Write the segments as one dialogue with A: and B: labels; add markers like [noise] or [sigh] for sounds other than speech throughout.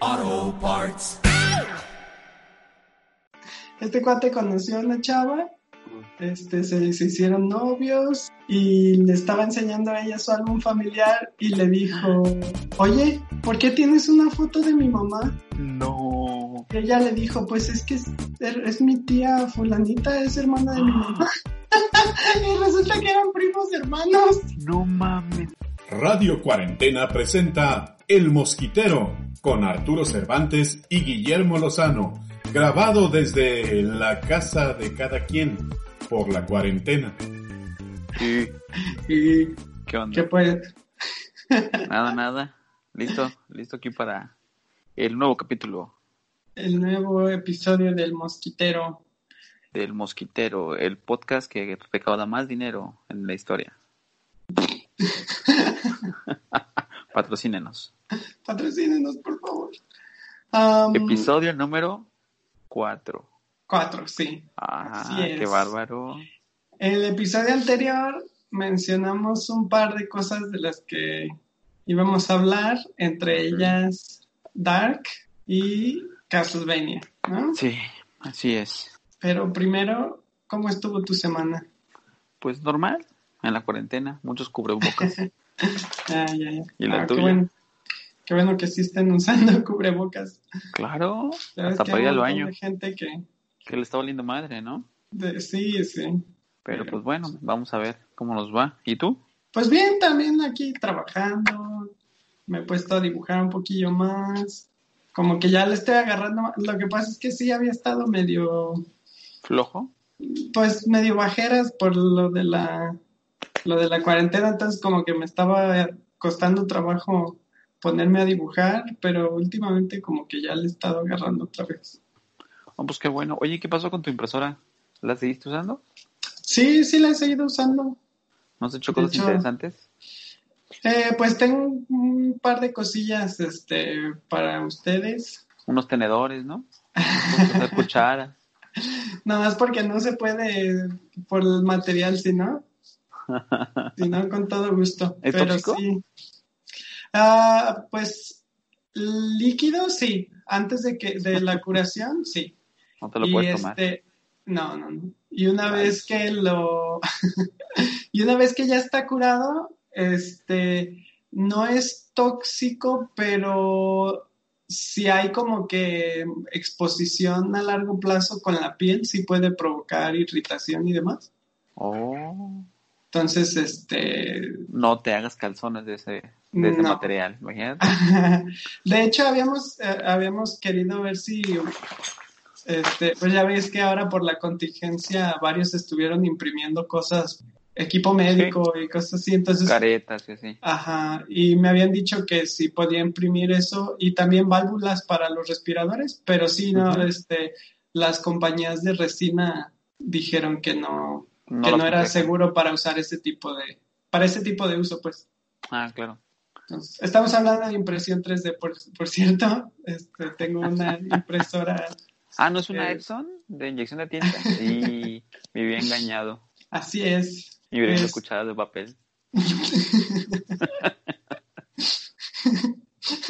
A: Auto Parts.
B: Este cuate conoció a una chava, este, se, se hicieron novios y le estaba enseñando a ella su álbum familiar y le dijo, oye, ¿por qué tienes una foto de mi mamá?
C: No.
B: Y ella le dijo, pues es que es, es mi tía fulanita, es hermana de mi
C: [gasps]
B: mamá. y resulta que eran primos hermanos.
C: No mames.
D: Radio Cuarentena presenta El Mosquitero con Arturo Cervantes y Guillermo Lozano, grabado desde la casa de cada quien por la cuarentena.
C: Sí.
B: Y
C: ¿Qué
B: que
C: onda?
B: pues,
C: Nada, nada. Listo, listo aquí para el nuevo capítulo
B: el nuevo episodio del Mosquitero.
C: del Mosquitero, el podcast que recauda más dinero en la [laughs] historia. Patrocínenos.
B: Patrocínenos, por favor.
C: Mm.
B: Am,
C: Episodio número 4.
B: Cuatro, sí.
C: Ah,
B: Así es.
C: qué bárbaro.
B: En el episodio anterior mencionamos un par de cosas de las que íbamos a hablar, entre ellas Dark y Castlevania, ¿no?
C: Sí, así es.
B: Pero primero, ¿cómo estuvo tu semana?
C: Pues normal, en la cuarentena, muchos [laughs] cubrebocas.
B: Ah, ya, ya.
C: ¿Y la
B: Ah, Qué
C: tuya?
B: bueno, qué bueno que sí estén usando [laughs] cubrebocas.
C: claro,
B: Ya ves
C: hasta
B: que
C: para
B: hay
C: ir al
B: un montón
C: baño,
B: de gente que...
C: que le está oliendo madre, ¿no?
B: de- sí, sí.
C: Pero
B: Pero,
C: pues bueno, vamos a ver cómo nos va. ¿Y tú?
B: Pues bien, también aquí trabajando, me he puesto a dibujar un poquillo más, como que ya le estoy agarrando, más. lo que pasa es que sí había estado medio,
C: ¿Flojo?
B: pues medio bajeras por lo de la, lo de la cuarentena, entonces como que me estaba costando trabajo ponerme a dibujar, pero últimamente como que ya le he estado agarrando otra vez.
C: Oh, pues qué bueno. Oye, ¿qué pasó con tu impresora? ¿La seguiste usando?
B: Sí, sí la he seguido usando.
C: ¿No has hecho
B: De
C: cosas
B: hecho-
C: interesantes?
B: Eh, pues tengo un- un par de cosillas este, para ustedes.
C: Unos tenedores, ¿no? Unas cosas, cucharas.
B: Nada más porque no se puede por el material, si
C: [laughs]
B: no. Si no, con todo gusto.
C: ¿Es
B: Pero
C: tóxico?
B: sí. Ah, pues líquido, sí. Antes de que de la curación, sí.
C: No te lo
B: [laughs] y
C: puedes tomar.
B: este, no, no, no. Y una
C: Ay.
B: vez que lo [laughs] y una vez que ya está curado, este no es tóxico, pero si hay como que exposición a largo plazo con la piel, sí puede provocar irritación y demás.
C: Oh,
B: Entonces, este,
C: no te hagas calzones de ese, de ese
B: No.
C: material, imagínate.
B: De hecho, habíamos, eh, habíamos querido ver si, este, pues ya ves que ahora por la contingencia varios estuvieron imprimiendo cosas, equipo médico y cosas así, entonces,
C: Caretas y así.
B: ajá, y me habían dicho que si podía imprimir eso y también válvulas para los respiradores, pero sí, no,
C: Ujú.
B: este, las compañías de resina dijeron que no,
C: No
B: que
C: las
B: no era
C: aconsejo.
B: seguro para usar ese tipo de, para ese tipo de uso, pues.
C: Ah, claro.
B: Entonces, Estamos hablando de impresión 3D, por, por cierto. Este, tengo
C: [laughs]
B: una impresora
C: Ah, ¿no es una
B: Eh.
C: Epson de inyección de tinta? [laughs] Y me había engañado.
B: así es. [laughs]
C: Y hubiera hecho
B: Es-
C: cucharas de papel.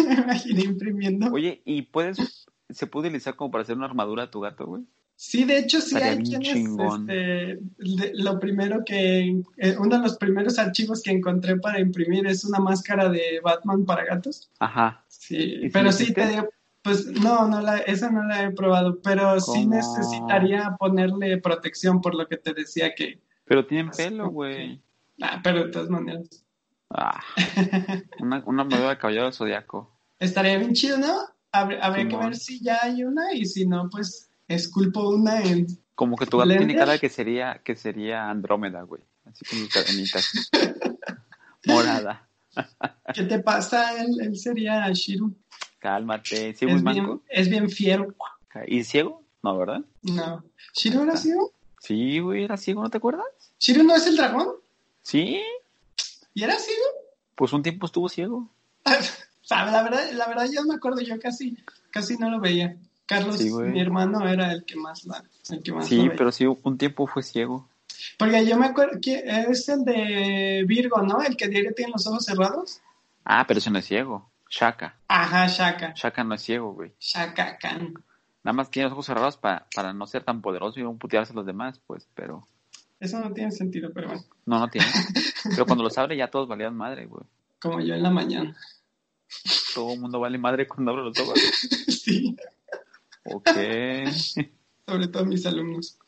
B: Me imaginé imprimiendo.
C: Oye, ¿y puedes... ¿Se puede utilizar como para hacer una armadura a tu gato, güey?
B: Sí, de hecho, sí
C: Estaría
B: hay
C: bien
B: quienes,
C: chingón.
B: este, de- lo primero que, eh, uno de los primeros archivos que encontré para imprimir es una máscara de Batman para gatos.
C: Ajá.
B: Sí,
C: si
B: pero
C: la
B: sí te
C: hiciste?
B: digo, pues no, no la, esa no la he probado, pero sí
C: ¿Cómo?
B: necesitaría ponerle protección por lo que te decía que,
C: Pero tienen
B: Así,
C: pelo,
B: ok.
C: güey.
B: ah, pero de todas maneras. [laughs]
C: Ah, una, una armadura de caballero del zodiaco.
B: Estaría bien chido, ¿no? Habr- Habría que
C: Simón.
B: ver si ya hay una y si no, pues esculpo una
C: [laughs]
B: en...
C: Como que tu gato
B: ¿Lentes?
C: tiene cara que sería, que sería Andrómeda, güey. Así con sus cadenitas. Morada.
B: ¿Qué te pasa? Él, él sería Shiru.
C: Cálmate. ¿Ciego y
B: Es bien,
C: manco?
B: es bien fiero.
C: ¿Y ciego? No, ¿verdad?
B: No. ¿Shiro era ciego?
C: Sí, güey, era ciego, ¿no te acuerdas?
B: ¿Shiro no es el dragón?
C: Sí,
B: ¿Y era ciego?
C: pues un tiempo estuvo ciego.
B: O sea, la verdad, la verdad yo me acuerdo, yo casi, casi no lo veía. Carlos,
C: Sí, güey.
B: mi hermano, era el que más la, el que más lo
C: Sí,
B: veía.
C: pero sí, un tiempo fue ciego.
B: Porque yo me acuerdo que es el de Virgo, ¿no? El que diario tiene los ojos cerrados.
C: Ah, pero ese no es ciego. Shaka.
B: Ajá, Shaka.
C: Shaka no es ciego, güey.
B: Shaka Khan.
C: Nada más tiene los ojos cerrados pa- para no ser tan poderoso y no putearse a los demás, pues, pero...
B: Eso no tiene sentido, pero bueno.
C: No, no tiene. Pero cuando los abre ya todos valían madre, güey.
B: Como yo en la mañana. [laughs]
C: Todo el mundo vale madre cuando abre los ojos.
B: sí,
C: Ok.
B: sobre todo mis alumnos.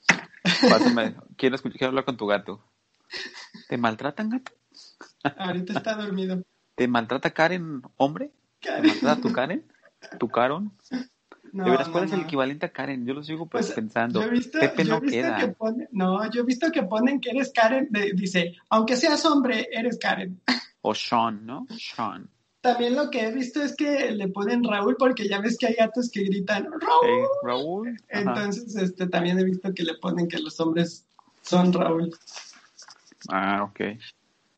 C: Pásame. Quiero, escuchar, quiero hablar con tu gato. ¿Te maltratan, gato?
B: Ahorita está dormido.
C: ¿Te maltrata Karen, hombre? ¿Te
B: Karen.
C: maltrata tu Karen? ¿Tu Caron?
B: No,
C: de veras,
B: no,
C: ¿cuál es el
B: no.
C: equivalente a Karen? Yo lo sigo pues,
B: Pues,
C: pensando.
B: Yo he visto,
C: Pepe
B: yo he
C: no
B: visto
C: queda.
B: que ponen, no, yo he visto que ponen que eres Karen, de- dice, aunque seas hombre, eres Karen. [laughs]
C: O Sean, ¿no? Sean.
B: También lo que he visto es que le ponen Raúl porque ya ves que hay gatos que gritan
C: Eh,
B: Raúl.
C: Raúl. Ajá.
B: Entonces, este, también he visto que le ponen que los hombres son Raúl.
C: Ah, ok.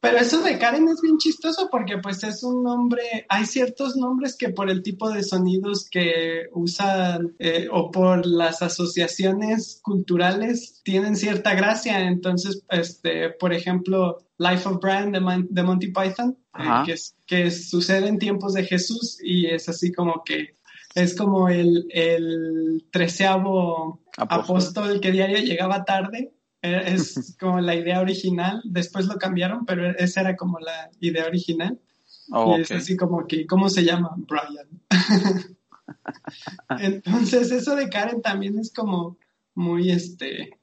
B: Pero eso de Karen es bien chistoso porque pues es un nombre, hay ciertos nombres que por el tipo de sonidos que usan eh, o por las asociaciones culturales tienen cierta gracia. Entonces, este, por ejemplo, Life of Brian de, Man- de Monty Python, eh,
C: Ajá.
B: que, es- que sucede en tiempos de Jesús y es así como que es como el, el treceavo
C: Apóstol.
B: apóstol que diario llegaba tarde. Eh, Es como la idea original. Después lo cambiaron, pero e-, esa era como la idea original.
C: Oh,
B: Y es
C: ok.
B: así como que, ¿cómo se llama? Brian. [laughs] Entonces, eso de Karen también es como muy, este,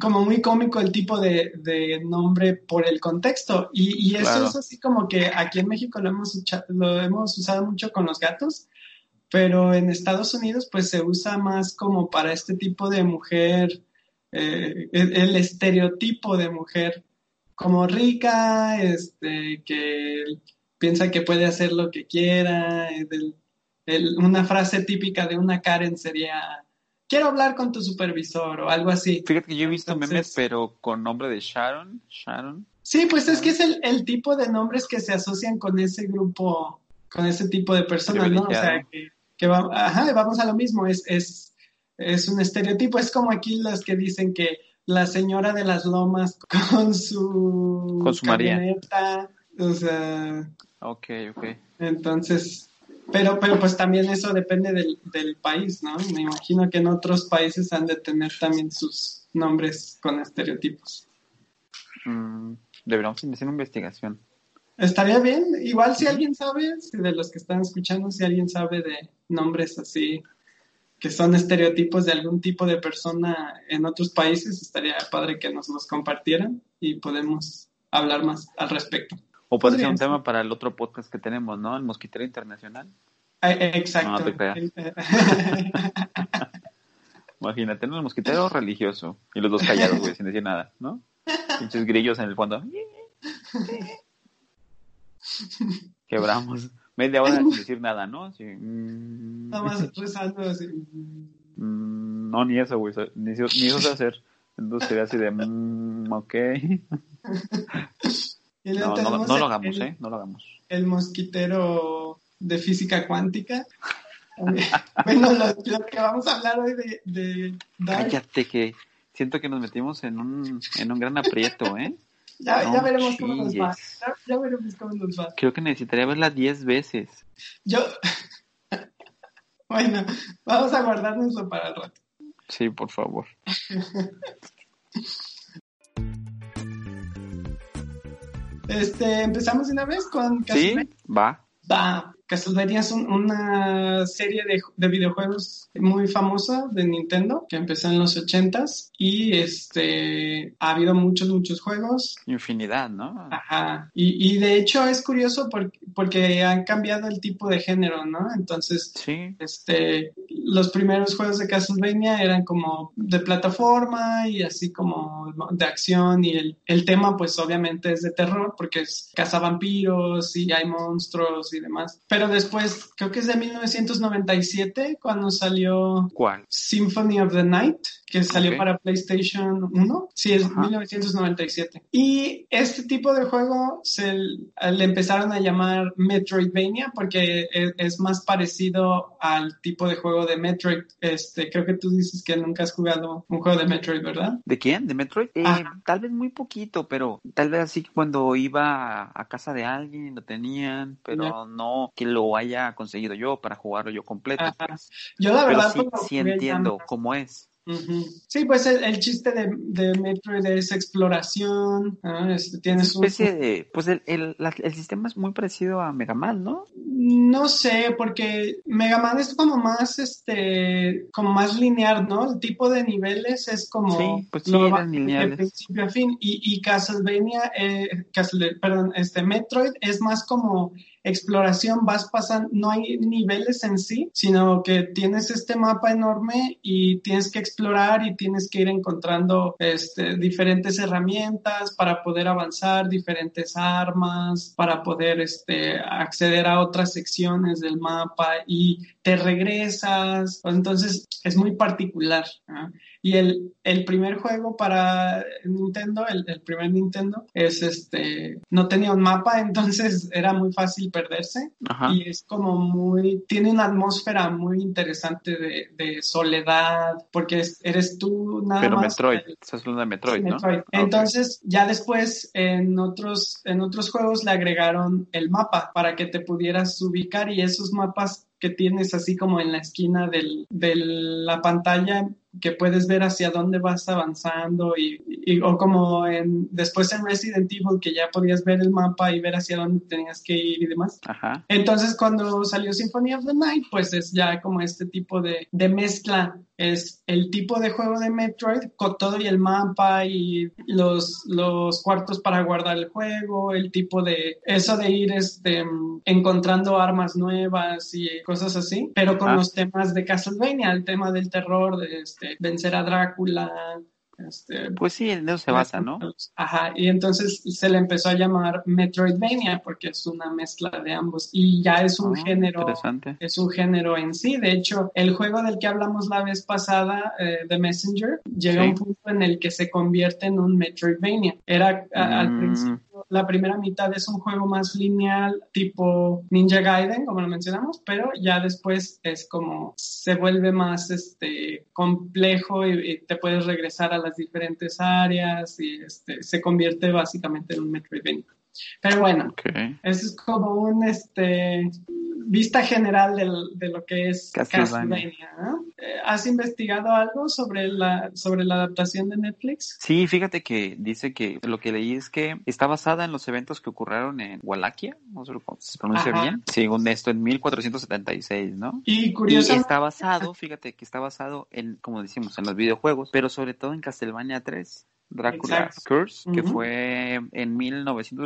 B: como muy cómico el tipo de, de nombre por el contexto. Y, y eso
C: Claro.
B: es así como que aquí en México lo hemos, ucha- lo hemos usado mucho con los gatos, pero en Estados Unidos pues se usa más como para este tipo de mujer, eh, el, el estereotipo de mujer como rica, este, que piensa que puede hacer lo que quiera. eh, del- el- una frase típica de una Karen sería, quiero hablar con tu supervisor o algo así.
C: Fíjate que yo he visto memes,
B: Entonces-
C: pero con nombre de Sharon. Sharon.
B: Sí, pues es que es el, el tipo de nombres que se asocian con ese grupo, con ese tipo de personas, ¿no? O sea,
C: Privilegiado.
B: que, que va- ajá, vamos a lo mismo, es, es, es un estereotipo, es como aquí las que dicen que la señora de las lomas [laughs] con su,
C: Con su María.
B: camioneta, o sea,
C: Ok, ok.
B: entonces, pero, pero pues también eso depende del, del país, ¿no? Me imagino que en otros países han de tener también sus nombres con estereotipos.
C: Mm, deberíamos hacer una investigación.
B: Estaría bien, igual si alguien sabe, si de los que están escuchando, si alguien sabe de nombres así, que son estereotipos de algún tipo de persona en otros países, estaría padre que nos los compartieran y podemos hablar más al respecto.
C: O podría
B: Podría
C: ser un
B: ser.
C: tema para el otro podcast que tenemos, ¿no? El Mosquitero Internacional.
B: Eh, eh, Exacto.
C: Ah, No te creas. Imagínate, ¿no? El mosquitero religioso. Y los dos callados, güey, sin decir nada, ¿no? Pinches grillos en el fondo. Quebramos. Media hora sin decir nada, ¿no? Sí.
B: [laughs]
C: Mm,
B: Nada más rezando así.
C: mm, no, ni eso, güey. so- Ni, eso- ni eso sé hacer. Entonces sería así de... mm, ok.
B: Y luego
C: No, no,
B: tenemos
C: no
B: el-
C: lo hagamos,
B: el-
C: ¿eh? No lo hagamos.
B: el mosquitero de física cuántica. [laughs] bueno, lo, lo que vamos a hablar hoy de, de Dark, ya,
C: Cállate que siento que nos metimos en un, en un gran aprieto, ¿eh?
B: ya
C: no
B: veremos cómo nos va.
C: chingues.
B: Ya, ya veremos cómo nos va.
C: Creo que necesitaría verla 10 veces.
B: Yo, [laughs] bueno, vamos a guardárnoslo para el rato.
C: Sí, por favor.
B: Este, empezamos de una vez con
C: ¿Sí?
B: Castlevania.
C: Va.
B: Va, Castlevania es un- una serie de, de videojuegos muy famosa de Nintendo que empezó en los 80s y este ha habido muchos, muchos juegos.
C: Infinidad, ¿no?
B: Ajá. Y, y de hecho es curioso por- porque, han cambiado el tipo de género, ¿no? Entonces,
C: Sí.
B: este, los primeros juegos de Castlevania eran como de plataforma y así como de acción y el, el tema pues obviamente es de terror porque es cazavampiros y hay monstruos y demás. Pero después, creo que es de 1997, cuando salió
C: ¿Cuál?
B: Symphony of the Night, que salió
C: Ok.
B: para PlayStation 1. Sí, es
C: Ajá.
B: 1997. Y este tipo de juego se l- le empezaron a llamar Metroidvania porque e- es más parecido al tipo de juego de Metroid. Este, creo que tú dices que nunca has jugado un juego de Metroid, ¿verdad?
C: ¿De quién? ¿De Metroid? Eh,
B: Ajá.
C: tal vez muy poquito, pero tal vez así cuando iba a casa de alguien lo tenían, pero
B: Ya.
C: no que lo haya conseguido yo para jugarlo yo completo.
B: Ajá.
C: pues.
B: Yo la
C: Pero
B: verdad
C: sí,
B: pues, lo
C: sí
B: jugué ya
C: entiendo cómo es.
B: Ujú. Sí, pues el, el chiste de, de Metroid es exploración, ¿no? Este,
C: Es
B: tienes un...
C: una especie de, pues el, el, la- el sistema es muy parecido a Mega Man, ¿no?
B: No sé, porque Mega Man es como más, este, como más lineal, ¿no? El tipo de niveles es como...
C: Sí, pues sí,
B: lo
C: eran
B: va- de
C: lineales.
B: principio a fin. Y, y Castlevania, eh, Castle- perdón, este, Metroid es más como exploración, vas pasando, no hay niveles en sí, sino que tienes este mapa enorme y tienes que explorar y tienes que ir encontrando este, diferentes herramientas para poder avanzar, diferentes armas, para poder este, acceder a otras secciones del mapa y te regresas. Entonces es muy particular. ¿no? Y el, el primer juego para Nintendo, el, el primer Nintendo, es este, no tenía un mapa, [laughs] entonces era muy fácil perderse.
C: Ajá.
B: Y es como muy, tiene una atmósfera muy interesante de, de soledad, porque es- eres tú nada
C: pero
B: Ah, más.
C: Metroid, estás hablando de Metroid, ¿no?
B: Metroid.
C: Ah, ok.
B: Entonces, ya después en otros, en otros juegos le agregaron el mapa para que te pudieras ubicar y esos mapas que tienes así como en la esquina del- de la pantalla que puedes ver hacia dónde vas avanzando y, y- o como en, después en Resident Evil que ya podías ver el mapa y ver hacia dónde tenías que ir y demás.
C: Ajá.
B: Entonces, cuando salió Symphony of the Night, pues es ya como este tipo de, de mezcla. Es el tipo de juego de Metroid con todo y el mapa y los, los cuartos para guardar el juego, el tipo de eso de ir este, mm, encontrando armas nuevas y cosas así, pero con
C: Ajá.
B: los temas de Castlevania, el tema del terror, de este, vencer a Drácula. Este,
C: Pues sí, en eso se basa, ¿no?
B: Ajá, y entonces se le empezó a llamar Metroidvania porque es una mezcla de ambos y ya es un
C: Ah,
B: género.
C: Interesante.
B: Es un género en sí. De hecho, el juego del que hablamos la vez pasada, eh, The Messenger, llega
C: Sí.
B: a un punto en el que se convierte en un Metroidvania. Era a- al
C: Mm.
B: principio, la primera mitad es un juego más lineal, tipo Ninja Gaiden, como lo mencionamos, pero ya después es como se vuelve más este complejo y, y te puedes regresar a las diferentes áreas y este, se convierte básicamente en un Metroidvania. Pero bueno,
C: Ok.
B: eso es como un este vista general del- de lo que es
C: Castlevania.
B: Castlevania. ¿no? Eh, ¿Has investigado algo sobre la sobre la adaptación de Netflix?
C: Sí, fíjate que dice que lo que leí es que está basada en los eventos que ocurrieron en Wallachia, no sé cómo se pronuncia
B: Ajá.
C: bien, según esto en 1476, ¿no?
B: Y
C: Y
B: curiosamente,
C: está basado, fíjate que está basado en, como decimos, en los videojuegos, pero sobre todo en Castlevania 3. Drácula's
B: Exacto.
C: Curse, que
B: Ujú.
C: fue en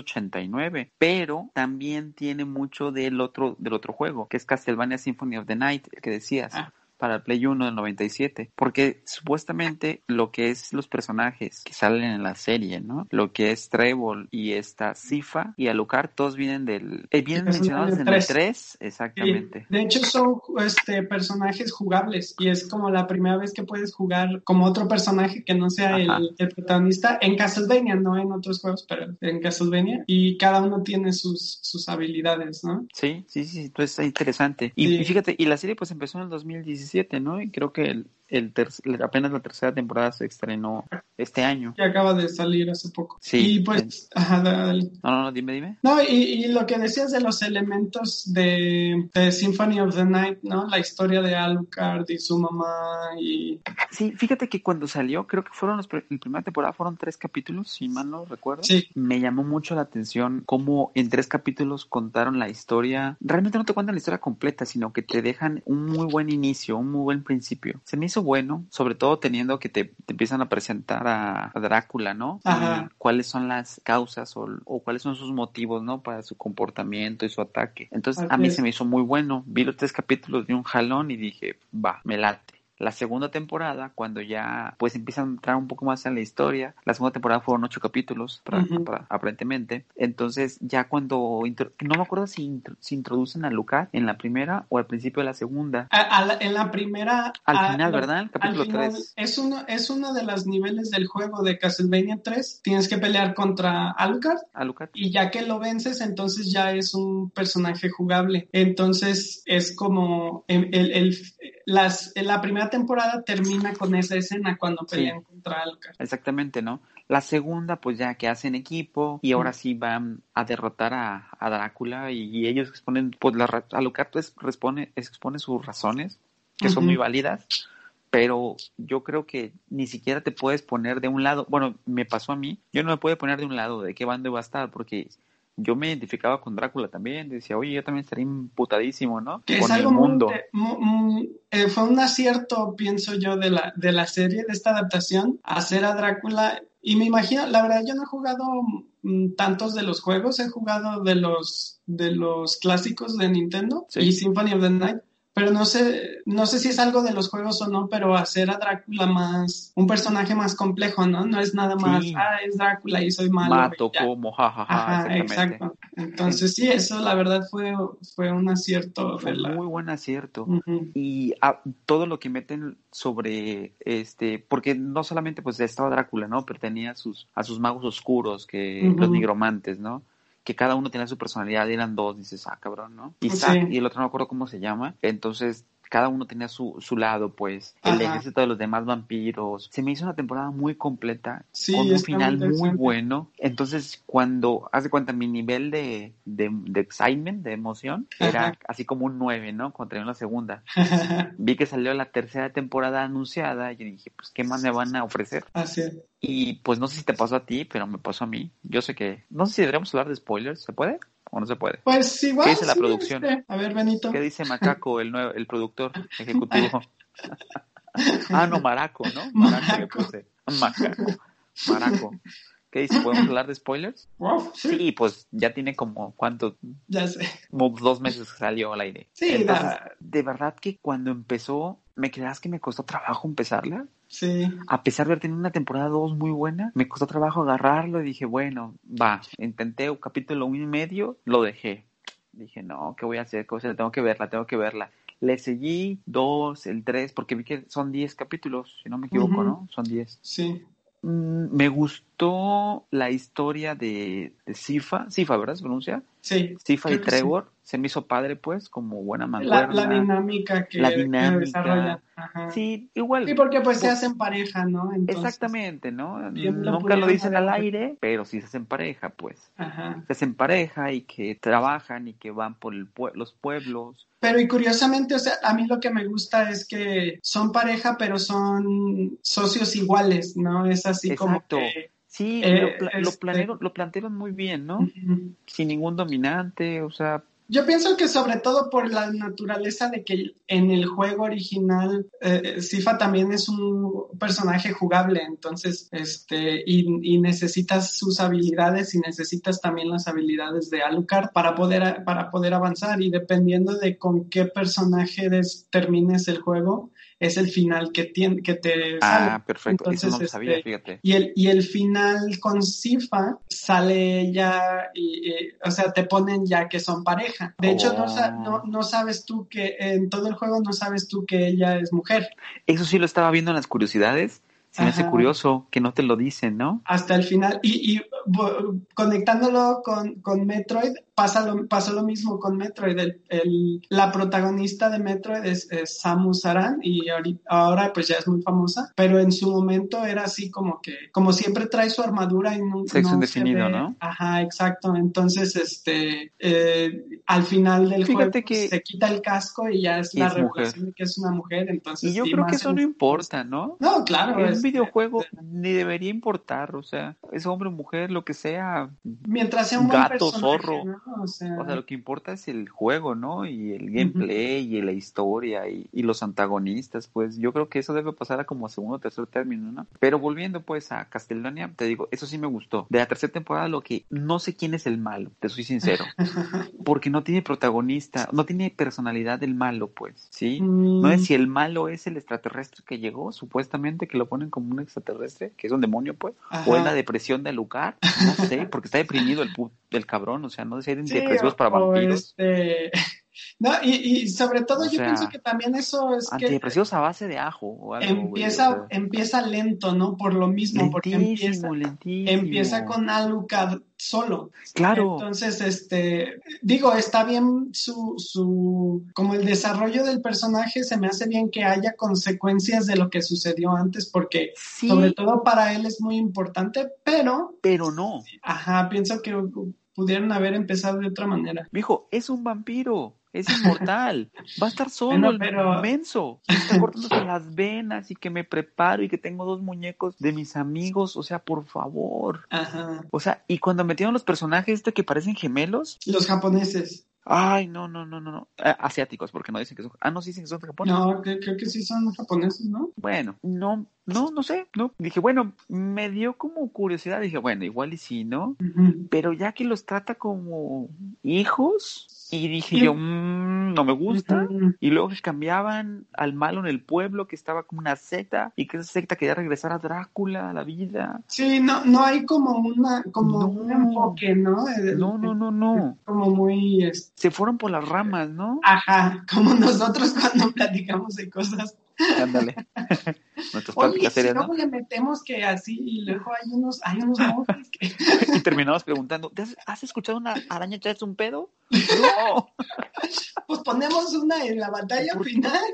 C: 1989, pero también tiene mucho del otro del otro juego, que es Castlevania Symphony of the Night, el que decías
B: Ah.
C: para el Play 1 del 97, porque supuestamente lo que es los personajes que salen en la serie, ¿no? Lo que es Trébol y esta Sifa y Alucard, todos vienen del... eh, vienen
B: Personaje
C: mencionados en el
B: tres.
C: 3,
B: sí,
C: exactamente.
B: de hecho son este personajes jugables y es como la primera vez que puedes jugar como otro personaje que no sea
C: Ajá.
B: el, el protagonista en Castlevania, no en otros juegos, pero en Castlevania y cada uno tiene sus sus habilidades, ¿no?
C: Sí, sí, sí, entonces está interesante. Y,
B: Sí.
C: y fíjate, y la serie pues empezó en el 2017, ¿no? Y creo que el, el terc- la- apenas la tercera temporada se estrenó este año.
B: Que acaba de salir hace poco.
C: Sí. eh.
B: Y pues, ajá, dale.
C: No, no, no, dime, dime.
B: No, y, y lo que decías de los elementos de, de Symphony of the Night, ¿no? La historia de Alucard y su mamá y...
C: Sí, fíjate que cuando salió, creo que fueron los, pr- la primera temporada fueron tres capítulos, si mal no recuerdo.
B: Sí.
C: Me llamó mucho la atención cómo en tres capítulos contaron la historia. Realmente no te cuentan la historia completa, sino que te dejan un muy buen inicio, un muy buen principio. Se me hizo bueno, sobre todo teniendo que te, te empiezan a presentar a, a Drácula, ¿no?
B: Ajá.
C: Y cuáles son las causas o, o cuáles son sus motivos, ¿no? Para su comportamiento y su ataque. Entonces, a
B: Así
C: mí
B: es.
C: se me hizo muy bueno. Vi los tres capítulos de un jalón y dije, va, me late. La segunda temporada, cuando ya pues empiezan a entrar un poco más en la historia, la segunda temporada fueron ocho capítulos, pra-
B: Ujú.
C: pra- aparentemente. Entonces, ya cuando, intro- no me acuerdo si, intro- si introducen a Lucas en la primera o al principio de la segunda.
B: A- a la- en la primera...
C: Al
B: a-
C: final,
B: lo-
C: ¿verdad?
B: Ah,
C: El
B: Al
C: capítulo
B: final,
C: 3.
B: es uno, es uno de los niveles del juego de Castlevania 3. Tienes que pelear contra Alucard
C: A Lucas.
B: y ya que lo vences, entonces ya es un personaje jugable. Entonces es como el, el- el- las, la primera temporada termina con esa escena cuando
C: Sí.
B: pelean contra Alucard.
C: Exactamente, ¿no? La segunda, pues ya que hacen equipo y ahora sí van a derrotar a, a Drácula y, y ellos exponen, pues la, ra- Alucard pues, respone, expone sus razones, que son
B: Ujú.
C: muy válidas, pero yo creo que ni siquiera te puedes poner de un lado, bueno, me pasó a mí, yo no me pude poner de un lado de qué bando iba a estar, porque yo me identificaba con Drácula también, decía, oye, yo también estaría imputadísimo, ¿no?
B: Que es
C: con el
B: algo muy
C: mundo.
B: inte- mu- mu- eh, fue un acierto, pienso yo, de la, de la serie, de esta adaptación, hacer a Drácula. Y me imagino, la verdad, yo no he jugado mm, tantos de los juegos, he jugado de los, de los clásicos de Nintendo
C: Sí.
B: y Symphony of the Night. Pero no sé, no sé si es algo de los juegos o no, pero hacer a Drácula más, un personaje más complejo, ¿no? No es nada más,
C: Sí.
B: ah, es Drácula y soy malo.
C: Mato
B: y ya.
C: como, jajaja,
B: Ajá,
C: exactamente.
B: exacto. Entonces, sí, eso la verdad fue, fue un acierto
C: Fue
B: de la,
C: muy buen acierto.
B: Ujú.
C: y a- todo lo que meten sobre este porque no solamente pues estaba Drácula no pero tenía a sus a sus magos oscuros que
B: Ujú.
C: los nigromantes no que cada uno tenía su personalidad eran dos dices ah cabrón no Isaac
B: Sí.
C: y el otro no me acuerdo cómo se llama entonces cada uno tenía su, su lado, pues. El
B: Ajá.
C: ejército de los demás vampiros. Se me hizo una temporada muy completa.
B: Sí,
C: con un
B: está muy
C: final muy
B: interesante.
C: bueno. Entonces, cuando, hace cuenta, mi nivel de, de, de excitement, de emoción, era
B: Ajá.
C: así como un 9, ¿no? Cuando terminó la segunda vi que salió la tercera temporada anunciada y dije, pues, ¿qué más me van a ofrecer?
B: [laughs] Así es.
C: Y pues no sé si te pasó a ti, pero me pasó a mí. Yo sé que... No sé si deberíamos hablar de spoilers. ¿Se puede o no se puede?
B: Pues igual.
C: ¿Qué dice la
B: sí,
C: producción?
B: este, A ver, Benito.
C: ¿Qué dice Macaco, el, nuevo, el productor
B: [laughs]
C: ejecutivo? ah, no, Maraco, ¿no? Maraco le
B: Maraco.
C: puse. Macaco. Maraco. ¿Qué dice? ¿Podemos hablar de spoilers?
B: Uf, sí,
C: Sí, pues ya tiene como, ¿cuánto?
B: ya sé.
C: como dos meses que salió al aire.
B: Sí,
C: Entonces,
B: la-
C: de verdad que cuando empezó, me creas que me costó trabajo empezarla.
B: Sí.
C: A pesar de haber tenido una temporada 2 muy buena, me costó trabajo agarrarlo y dije, bueno, va, intenté un capítulo uno y medio, lo dejé. Dije, no, ¿qué voy a hacer? Cosa, tengo que verla, tengo que verla. Le seguí dos, el tres, porque vi que son 10 capítulos, si no me equivoco,
B: Ujú.
C: ¿no? Son 10.
B: Sí.
C: Mm, me gustó la historia de, de Sifa, Sifa, ¿verdad? ¿Se pronuncia?
B: Sí.
C: Sifa y
B: Creo que sí.
C: Trevor se me hizo padre, pues, como buena
B: La,
C: mancuerna.
B: la dinámica que,
C: La
B: que
C: dinámica.
B: desarrollan. Ajá. Sí.
C: Sí, igual.
B: porque pues se
C: Por-
B: hacen pareja, ¿no? Entonces,
C: Exactamente, ¿no?
B: Bien lo
C: Nunca lo
B: pudieron
C: dicen al
B: haber-
C: aire, pero sí se hacen pareja, pues.
B: Ajá.
C: Se hacen pareja y que trabajan y que van por el pue- los pueblos.
B: Pero y curiosamente, o sea, a mí lo que me gusta es que son pareja, pero son socios iguales, ¿no? Es así como
C: Exacto.
B: que...
C: Sí,
B: Eh,
C: lo, pla- lo,
B: este-
C: planearon- lo plantearon muy bien, ¿no?
B: Ujú.
C: Sin ningún dominante, o sea,
B: Yo pienso que sobre todo por la naturaleza de que en el juego original eh, eh, Sifa también es un personaje jugable, entonces, este, y, y necesitas sus habilidades y necesitas también las habilidades de Alucard para poder, a- para poder avanzar y dependiendo de con qué personaje des- termines el juego, es el final que, tien- que te sale.
C: ah, perfecto. Eso
B: Entonces,
C: no lo sabía,
B: este,
C: fíjate.
B: Y el, y el final con Sifa sale ella, y, y, o sea, te ponen ya que son pareja. De hecho, no, sa-
C: Oh.
B: no, no sabes tú que, en todo el juego no sabes tú que ella es mujer.
C: Eso sí lo estaba viendo en las curiosidades. Se me hace
B: Ajá.
C: curioso que no te lo dicen, ¿no?
B: Hasta el final. Y, y, bo- conectándolo con, con Metroid, pasa lo, pasó lo mismo con Metroid. El- el- la protagonista de Metroid es, es Samus Aran y ahori- ahora pues ya es muy famosa, pero en su momento era así como que, como siempre trae su armadura y no,
C: Sexo
B: no
C: indefinido,
B: se ve.
C: ¿no?
B: Ajá, exacto. Entonces, este, eh, al final del
C: Fíjate
B: juego
C: que-
B: se quita el casco y ya es
C: Y
B: la
C: es mujer.
B: revelación de que es una mujer. Entonces,
C: Y yo
B: Pues sí,
C: creo
B: más
C: que eso
B: en-
C: no importa, ¿no?
B: No, claro. este,
C: En un
B: es-
C: videojuego ni debería importar, o sea, es hombre o mujer, lo que sea.
B: Mientras sea un buen
C: Gato,
B: personaje,
C: zorro.
B: ¿no? O sea,
C: O sea, lo que importa es el juego, ¿no? Y el gameplay y la historia y, y los antagonistas, pues yo creo que eso debe pasar a como segundo o tercer término, ¿no? Pero volviendo pues a Castlevania, te digo, eso sí me gustó. De la tercera temporada lo que no sé quién es el malo, te soy sincero,
B: [laughs]
C: porque no tiene protagonista, no tiene personalidad del malo, pues, ¿sí?
B: mm,
C: No es si el malo es el extraterrestre que llegó, supuestamente que lo ponen como un extraterrestre, que es un demonio, pues, o es
B: ajá.
C: la depresión del lugar, no
B: [laughs]
C: sé, porque está deprimido el, pu- el cabrón, o sea, no sé si hay
B: Sí,
C: depresivos para
B: o
C: vampiros,
B: este- [laughs] No, y, y sobre todo
C: O
B: yo
C: sea,
B: pienso que también eso es que
C: antidepresivos a base de ajo o algo, güey, o
B: empieza,
C: sea,
B: empieza lento, ¿no? Por lo mismo, porque empieza,
C: lentísimo, lentísimo.
B: empieza con Alucard solo.
C: Claro,
B: Entonces, este, digo, está bien su, su, como el desarrollo del personaje, se me hace bien que haya consecuencias de lo que sucedió antes, porque
C: sí,
B: sobre todo para él es muy importante, pero,
C: pero no.
B: ajá, pienso que pudieron haber empezado de otra manera.
C: Mijo, es un vampiro, es inmortal, va a estar solo
B: Bueno,
C: el
B: pero-
C: menso, se está cortándose las venas y que me preparo y que tengo dos muñecos de mis amigos, o sea, por favor.
B: Ajá.
C: O sea, y cuando metieron los personajes este que parecen gemelos,
B: Los japoneses.
C: ay, no, no, no, no, no, Ah, asiáticos, porque no dicen que son, ah, no, sí dicen que son de Japón.
B: No, cre- creo que sí son japoneses, ¿no?
C: Bueno, no, no, no sé, no. Dije, bueno, me dio como curiosidad, dije, bueno, igual y sí, ¿no?
B: Ujú.
C: Pero ya que los trata como hijos, y dije
B: Y-
C: yo, "Mm, no me gusta.
B: Ujú.
C: Y luego que cambiaban al malo en el pueblo, que estaba como una secta, y que esa secta quería regresar a Drácula, a la vida.
B: Sí, no, no hay como una, como
C: No.
B: un enfoque, ¿no? Eh,
C: No, no, no, no.
B: Como muy, este,
C: Se fueron por las ramas,
B: [laughs]
C: ¿no?
B: Ajá, como nosotros cuando platicamos de cosas.
C: Ándale. [laughs] Nuestras
B: Oye,
C: prácticas
B: si
C: serias,
B: luego
C: ¿no?
B: le metemos que así y luego hay unos, hay unos monjes que... [laughs]
C: [laughs] Y terminamos preguntando, "¿Te has, has escuchado una araña echarse un pedo? No.
B: Pues ponemos una en la batalla
C: ¿Por qué?
B: final.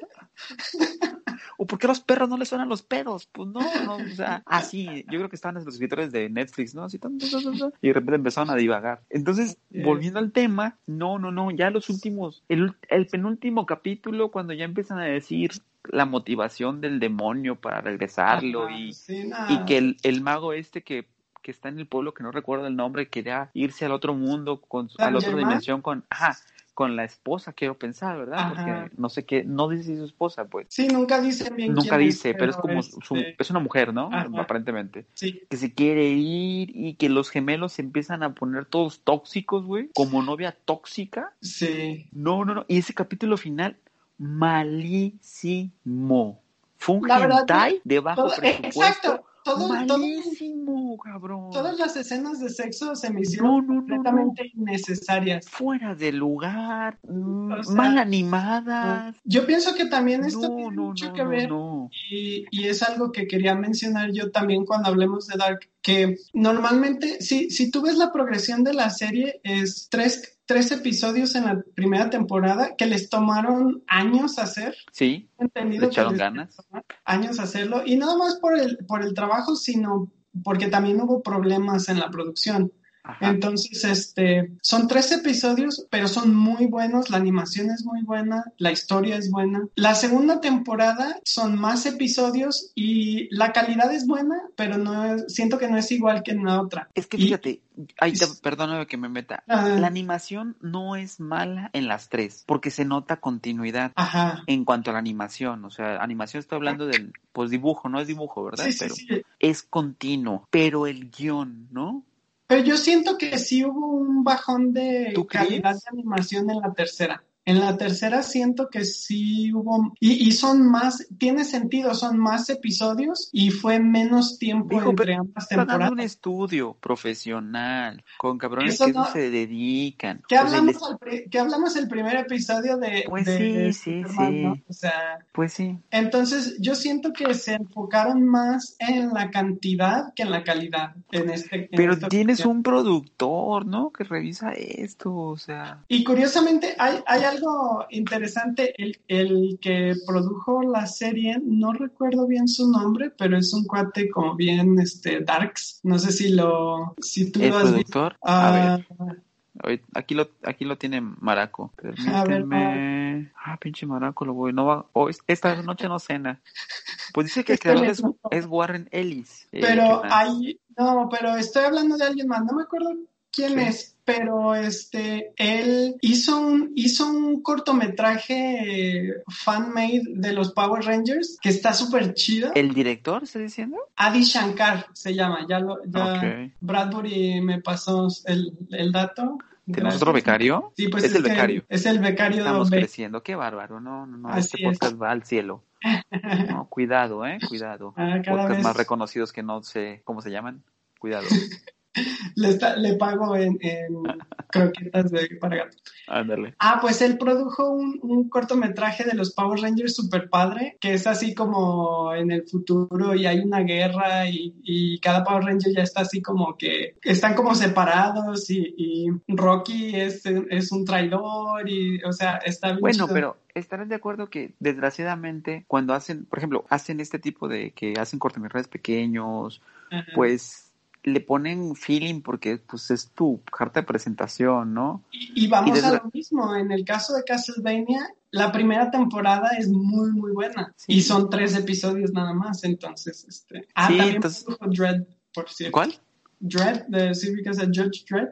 C: ¿O por qué a los perros no les suenan los pedos? Pues no, no, o sea, así, yo creo que estaban los escritores de Netflix, ¿no? Así, tan, tan, tan, tan, y de repente empezaron a divagar. Entonces,
B: Yes.
C: volviendo al tema, no, no, no, ya los últimos, el, ul- el penúltimo capítulo, cuando ya empiezan a decir la motivación del demonio para regresarlo
B: Ajá,
C: y,
B: Ah, sí, nada.
C: y que el, el mago este que que está en el pueblo que no recuerdo el nombre quería irse al otro mundo con su- a la otra
B: ¿Saint-Germain?
C: dimensión con ajá, con la esposa quiero pensar verdad
B: Ajá.
C: porque no sé qué no dice si es su esposa pues
B: Sí, nunca dicen bien
C: Nunca
B: quién es,
C: dice, pero es como su- su-
B: este,
C: es una mujer, ¿no?
B: Ajá.
C: Aparentemente.
B: Sí,
C: Que se quiere ir y que los gemelos se empiezan a poner todos tóxicos, güey. Como novia tóxica.
B: sí.
C: No, no, no. Y ese capítulo final, malísimo. Fue un
B: La verdad,
C: hentai de bajo
B: Todo- eh,
C: presupuesto.
B: exacto, todo, todo-
C: malísimo, cabrón.
B: todas las escenas de sexo se me hicieron
C: No, no, no, no.
B: completamente innecesarias.
C: Fuera de lugar. mm,
B: O sea,
C: mal animadas.
B: Yo pienso que también esto
C: No,
B: tiene
C: no,
B: mucho
C: no,
B: que
C: no,
B: ver
C: no.
B: Y, y es algo que quería mencionar yo también cuando hablemos de Dark, que normalmente, si, si tú ves la progresión de la serie, es tres, tres episodios en la primera temporada que les tomaron años hacer,
C: Sí,
B: entendido
C: le
B: que
C: echaron
B: les
C: ganas.
B: tomó años hacerlo, y no más por el, por el trabajo, sino porque también hubo problemas en la producción.
C: Ajá.
B: Entonces, este, son tres episodios, pero son muy buenos, la animación es muy buena, la historia es buena. La segunda temporada son más episodios y la calidad es buena, pero no es- siento que no es igual que en la otra.
C: Es que
B: Y-
C: fíjate, ay, te-
B: es-
C: perdóname que me meta.
B: Ah,
C: La animación no es mala en las tres, porque se nota continuidad
B: ajá.
C: en cuanto a la animación. O sea, animación estoy hablando del pues dibujo, no es dibujo, ¿verdad?
B: Sí, sí,
C: pero
B: sí.
C: es continuo. Pero el guión, ¿no?
B: Pero yo siento que sí hubo un bajón de
C: ¿Tú crees?
B: calidad de animación en la tercera. En la tercera siento que sí hubo, y, y son más, tiene sentido, son más episodios y fue menos tiempo
C: Dijo,
B: entre
C: pero
B: ambas
C: Pagando
B: temporadas.
C: un estudio profesional, con cabrones
B: Eso
C: que no
B: no-
C: se dedican.
B: Que
C: O sea,
B: hablamos,
C: les-
B: al pri- que hablamos el primer episodio de.
C: Pues
B: de-
C: sí,
B: de
C: sí,
B: Superman,
C: sí.
B: ¿no? O sea,
C: Pues sí.
B: entonces yo siento que se enfocaron más en la cantidad que en la calidad. En este, en
C: Pero
B: esta
C: tienes
B: ocasión.
C: un productor, ¿no? Que revisa esto, o sea.
B: Y curiosamente, hay, hay algo interesante. El, el que produjo la serie, no recuerdo bien su nombre, pero es un cuate como bien este, Darks. No sé si lo. Si tú
C: El
B: lo has visto.
C: productor, a ver. eh,
B: Ah,
C: Ahorita- Aquí lo, aquí lo tiene Maraco.
B: A ver,
C: Permíteme. Ah, pinche Maraco, lo voy. No va. oh, es- esta noche no cena. Pues dice que el
B: Este le
C: creador es,
B: tocó.
C: es Warren Ellis. eh,
B: Pero
C: que na-
B: hay, no, pero estoy hablando de alguien más, no me acuerdo quién
C: Sí.
B: es, pero este, él hizo un, hizo un cortometraje fan-made de los Power Rangers que está súper chido.
C: ¿El director está diciendo?
B: Adi Shankar se llama, ya lo, ya
C: Ok.
B: Bradbury me pasó el, el dato.
C: ¿Tenemos otro becario?
B: Sí, pues
C: es, el
B: que
C: becario.
B: Es el becario de Don
C: Estamos
B: Be-
C: creciendo, qué bárbaro. No, no, no,
B: Así
C: este podcast va
B: [laughs]
C: al cielo. No, cuidado, eh, cuidado.
B: Ah, cada
C: Podcast
B: vez-
C: más reconocidos que no sé cómo se llaman.
B: [laughs]
C: Cuidado.
B: le, está- le pago en,
C: [laughs]
B: en croquetas de, para gato.
C: Ándale.
B: Ah, pues él produjo un, un cortometraje de los Power Rangers super padre, que es así como en el futuro y hay una guerra y, y cada Power Ranger ya está así como que están como separados y, y Rocky es, es un traidor y, o sea, está bien.
C: Bueno,
B: chido.
C: pero estarán de acuerdo que desgraciadamente cuando hacen, por ejemplo, hacen este tipo de que hacen cortometrajes pequeños,
B: Ajá.
C: pues le ponen feeling porque pues es tu carta de presentación, ¿no?
B: Y, y vamos
C: y desde
B: a
C: la-
B: lo mismo, en el caso de Castlevania, la primera temporada es muy, muy buena
C: Sí.
B: y son tres episodios nada más, entonces, este... Ah,
C: Sí,
B: también
C: entonces-
B: produjo Dread, por cierto.
C: ¿Cuál?
B: Dread, de Civicas de Judge Dread.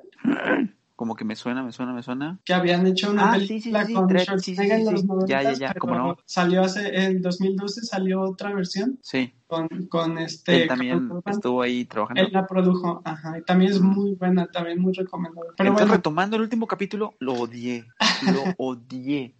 C: Como que me suena, me suena, me suena.
B: que habían hecho una
C: Ah, sí, sí,
B: película
C: sí, sí,
B: con
C: Dread,
B: Schwarzenegger
C: sí, sí,
B: en los
C: sí, sí.
B: 90
C: Ya, ya, ya, cómo no.
B: salió hace en 2012 salió otra versión
C: Sí,
B: con, con este
C: él también
B: Carl Urban.
C: estuvo ahí trabajando.
B: él la produjo, ajá, y también es muy buena, también muy recomendable. Pero
C: Entonces,
B: bueno,
C: retomando el último capítulo, lo odié, lo
B: [laughs]
C: odié.